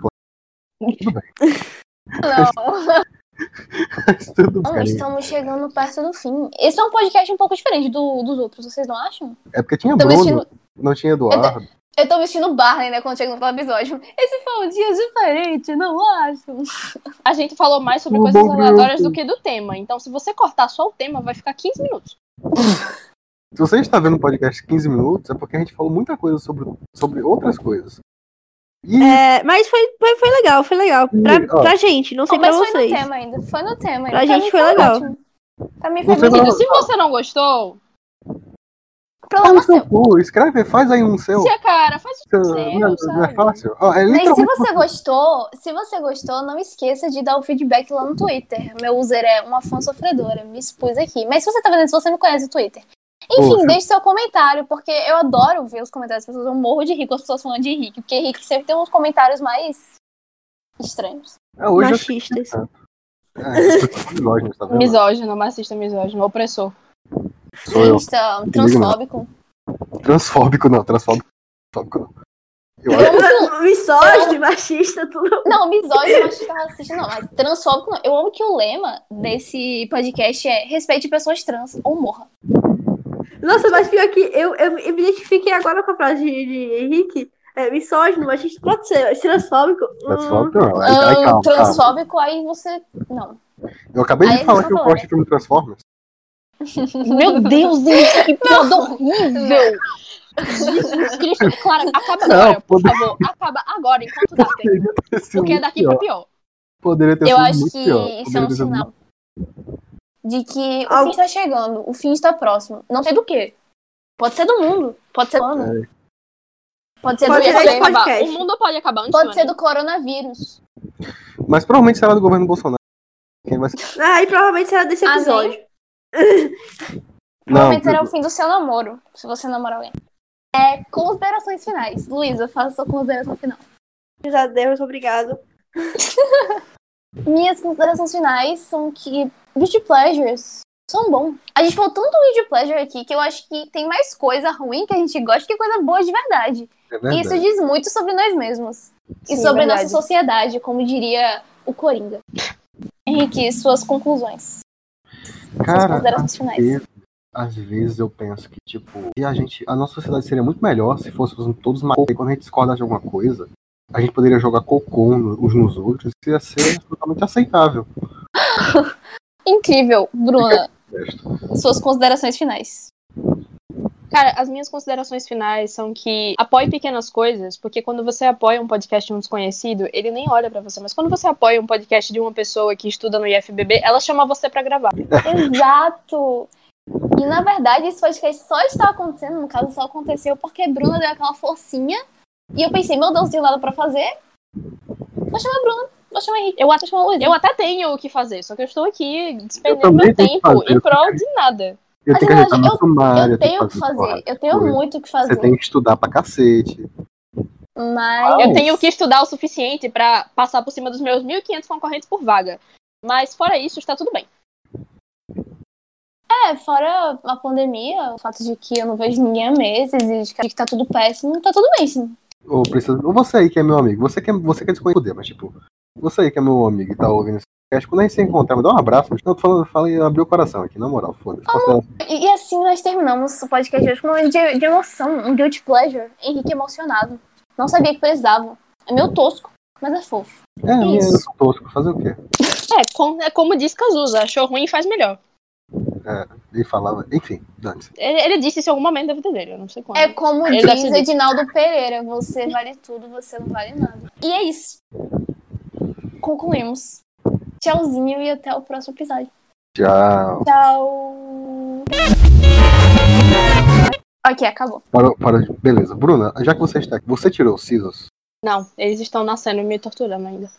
A: Não.
B: [laughs] classe. Tudo
A: Bom,
B: bem.
A: estamos chegando perto do fim. Esse é um podcast um pouco diferente do- dos outros, vocês não acham?
B: É porque tinha
A: Tô me
B: Bruno,
A: sentindo-
B: não tinha Eduardo.
A: Eu tô vestindo Barney, né, quando chega no próximo episódio. Esse foi um dia diferente, não acho.
C: A gente falou mais sobre
B: O
C: coisas
B: bom
C: aleatórias
B: grupo.
C: do que do tema. Então, se você cortar só o tema, vai ficar 15 minutos.
B: Se você está vendo o podcast 15 minutos, é porque a gente falou muita coisa sobre, sobre outras coisas. E
D: É, mas foi, foi, foi legal, foi legal.
B: Ih, ó.
D: Pra, pra gente, não sei
A: mas
D: pra
A: foi
D: vocês.
A: no tema ainda. Foi no tema ainda.
D: Pra gente
A: mim
D: foi legal.
A: ótimo. Pra mim foi
B: Você
A: muito
B: não-
C: Amigo, se você não gostou,
A: O problema
B: Fala
A: é
B: seu
A: seu.
B: cu, escreve, faz aí um seu.
C: Se é cara, faz o que
B: Não, não,
C: quiser,
B: é
C: sabe?
B: fácil. Ó, é
A: Mas se
B: literalmente
A: você gostou, se você gostou, não esqueça de dar o feedback lá no Twitter. Meu user é uma fã sofredora, me expus aqui. Mas se você tá vendo isso, você me conhece no Twitter. Enfim,
B: Poxa.
A: deixe seu comentário, porque eu adoro ver os comentários das pessoas. Eu morro de rico as pessoas falando de Henrique, porque Henrique sempre tem uns comentários mais estranhos.
B: Ah, hoje eu-
D: Machistas.
B: É, eu sou misógino, tá vendo?
C: Misógino, machista, misógino, opressor.
B: Sou eu.
A: Machista, transfóbico.
B: Transfóbico não, transfóbico. transfóbico não. Eu
A: [laughs]
B: acho
D: [laughs] Misógino, machista, tudo.
A: Não, misógino, machista, tá racista, não, mas transfóbico não. Eu amo que o lema desse podcast é respeite pessoas trans ou morra.
D: Nossa, mas pior que eu, eu, eu me identifiquei agora com a frase de, de Henrique. É, misógino, machista, pode ser transfóbico. Hum,
B: transfóbico não. Aí, aí,
A: Ahn,
B: calma, calma.
A: transfóbico, aí você. Não.
B: Eu acabei
A: Aí
B: de
A: eu
B: falar
A: só
B: que eu
A: falei.
B: gosto de filme [laughs] Transformers.
A: [laughs]
C: [laughs] Meu Deus, gente, que piada horrível! Jesus Cristo, Clara, acaba
B: Não,
C: agora, por
B: pode-
C: favor. Acaba agora, enquanto dá
B: Poderia
C: tempo.
B: ter sido
C: Porque é
B: muito
C: daqui
B: pior.
C: pra pior.
B: Poderia ter
A: Eu
B: sido
A: acho
B: muito
A: que
B: pior.
A: isso é
B: Poderia
A: um
B: ter sido
A: sinal de que o
D: Algo-
A: fim está chegando, o fim está próximo. Não sei do que. Pode ser do mundo, pode ser do ano. Pode ser
D: Pode
A: do
D: ser
A: governo,
D: esse
C: Acabar.
D: podcast.
C: O mundo pode acabar antes.
A: pode
C: né?
A: ser do coronavírus.
B: muito- Mas provavelmente será do governo Bolsonaro. Quem vai ser-
D: Ah, e provavelmente será desse
A: Amém.
D: episódio.
B: Não,
A: Provavelmente será um o fim do seu namoro, se você namorar alguém. É, considerações finais. Luísa, faça sua consideração final.
D: Graças a Deus, obrigado.
A: Minhas considerações finais são que Guilty Pleasures são bons. A gente falou tanto Guilty Pleasure aqui que eu acho que tem mais coisa ruim que a gente gosta que coisa boa de verdade.
B: é
A: E
B: verdade.
A: Isso diz muito sobre nós mesmos. e
C: Sim, é
A: sobre
C: verdade.
A: nossa sociedade, como diria o Coringa. Henrique, suas conclusões. suas
B: Cara, tá
A: considerações
B: às
A: finais.
B: vezes, às vezes eu penso que, tipo, se a gente. A nossa sociedade seria muito melhor se fôssemos todos malucos. E Quando a gente discorda de alguma coisa, a gente poderia jogar cocô no- uns nos outros. Isso ia ser totalmente aceitável.
A: Incrível. Bruna, suas considerações finais.
C: Cara, as minhas considerações finais são que apoie pequenas coisas, porque quando você apoia um podcast de um desconhecido, ele nem olha pra você, mas quando você apoia um podcast de uma pessoa que estuda no IFBB, ela chama você pra gravar.
B: Uhum.
A: Exato. E na verdade, esse podcast só está acontecendo, no caso, só aconteceu porque Bruna deu aquela forcinha. E eu pensei, meu Deus, não tenho nada pra fazer. Vou chamar a Bruna, vou chamar o Henrique, eu vou chamar o Luiz.
C: Eu até tenho o que fazer, só que eu estou aqui
B: Eu
C: despendendo
B: também
C: meu
B: tenho que
C: tempo
B: fazer,
C: em
B: eu
C: prol de nada.
B: Eu
A: Mas
B: tenho que
A: eu
B: ajeitar
A: acho-
B: na sua área.
A: Eu tenho o que
B: porra,
A: fazer, eu tenho
B: coisa.
A: muito o que
B: Você
A: fazer.
B: tem que estudar pra cacete.
A: Mas.
C: Eu tenho que estudar o suficiente pra passar por cima dos meus 1.500 concorrentes por vaga. Mas fora isso, está tudo bem.
A: É, fora a pandemia, o fato de que eu não vejo ninguém há meses e de que tá tudo péssimo, tá tudo bem, sim.
B: Ou precisa. Ou você aí que é meu amigo. Você que é, você que é desconhecido, mas tipo, você aí que é meu amigo e tá ouvindo esse podcast, quando a gente se encontrar, me dá um abraço. Mas eu tô falando, fala e abriu o coração aqui, na moral, foda-se.
A: Ah,
B: Considera-
A: E, e assim nós terminamos o podcast de hoje com um momento de, de emoção, um guilty pleasure. Henrique emocionado. Não sabia que precisava. É meio tosco, mas é fofo.
B: É, minha, eu
A: isso.
B: sou tosco, fazer o quê?
C: É, com- é como diz Cazuza, achou ruim faz melhor.
B: E falava, enfim, dane-se.
C: Ele, ele disse isso em algum momento da vida dele, eu não sei quando.
A: É como
C: Ele deve
A: diz
C: ser
A: Edinaldo Pereira: você vale tudo, você não vale nada. E é isso. Concluímos. Tchauzinho e até o próximo episódio.
B: Tchau.
A: Tchau. Ok, acabou.
B: Parou, parou de- Beleza. Bruna, já que você está aqui, você tirou o Sisos?
C: Não, eles estão nascendo e me torturando ainda.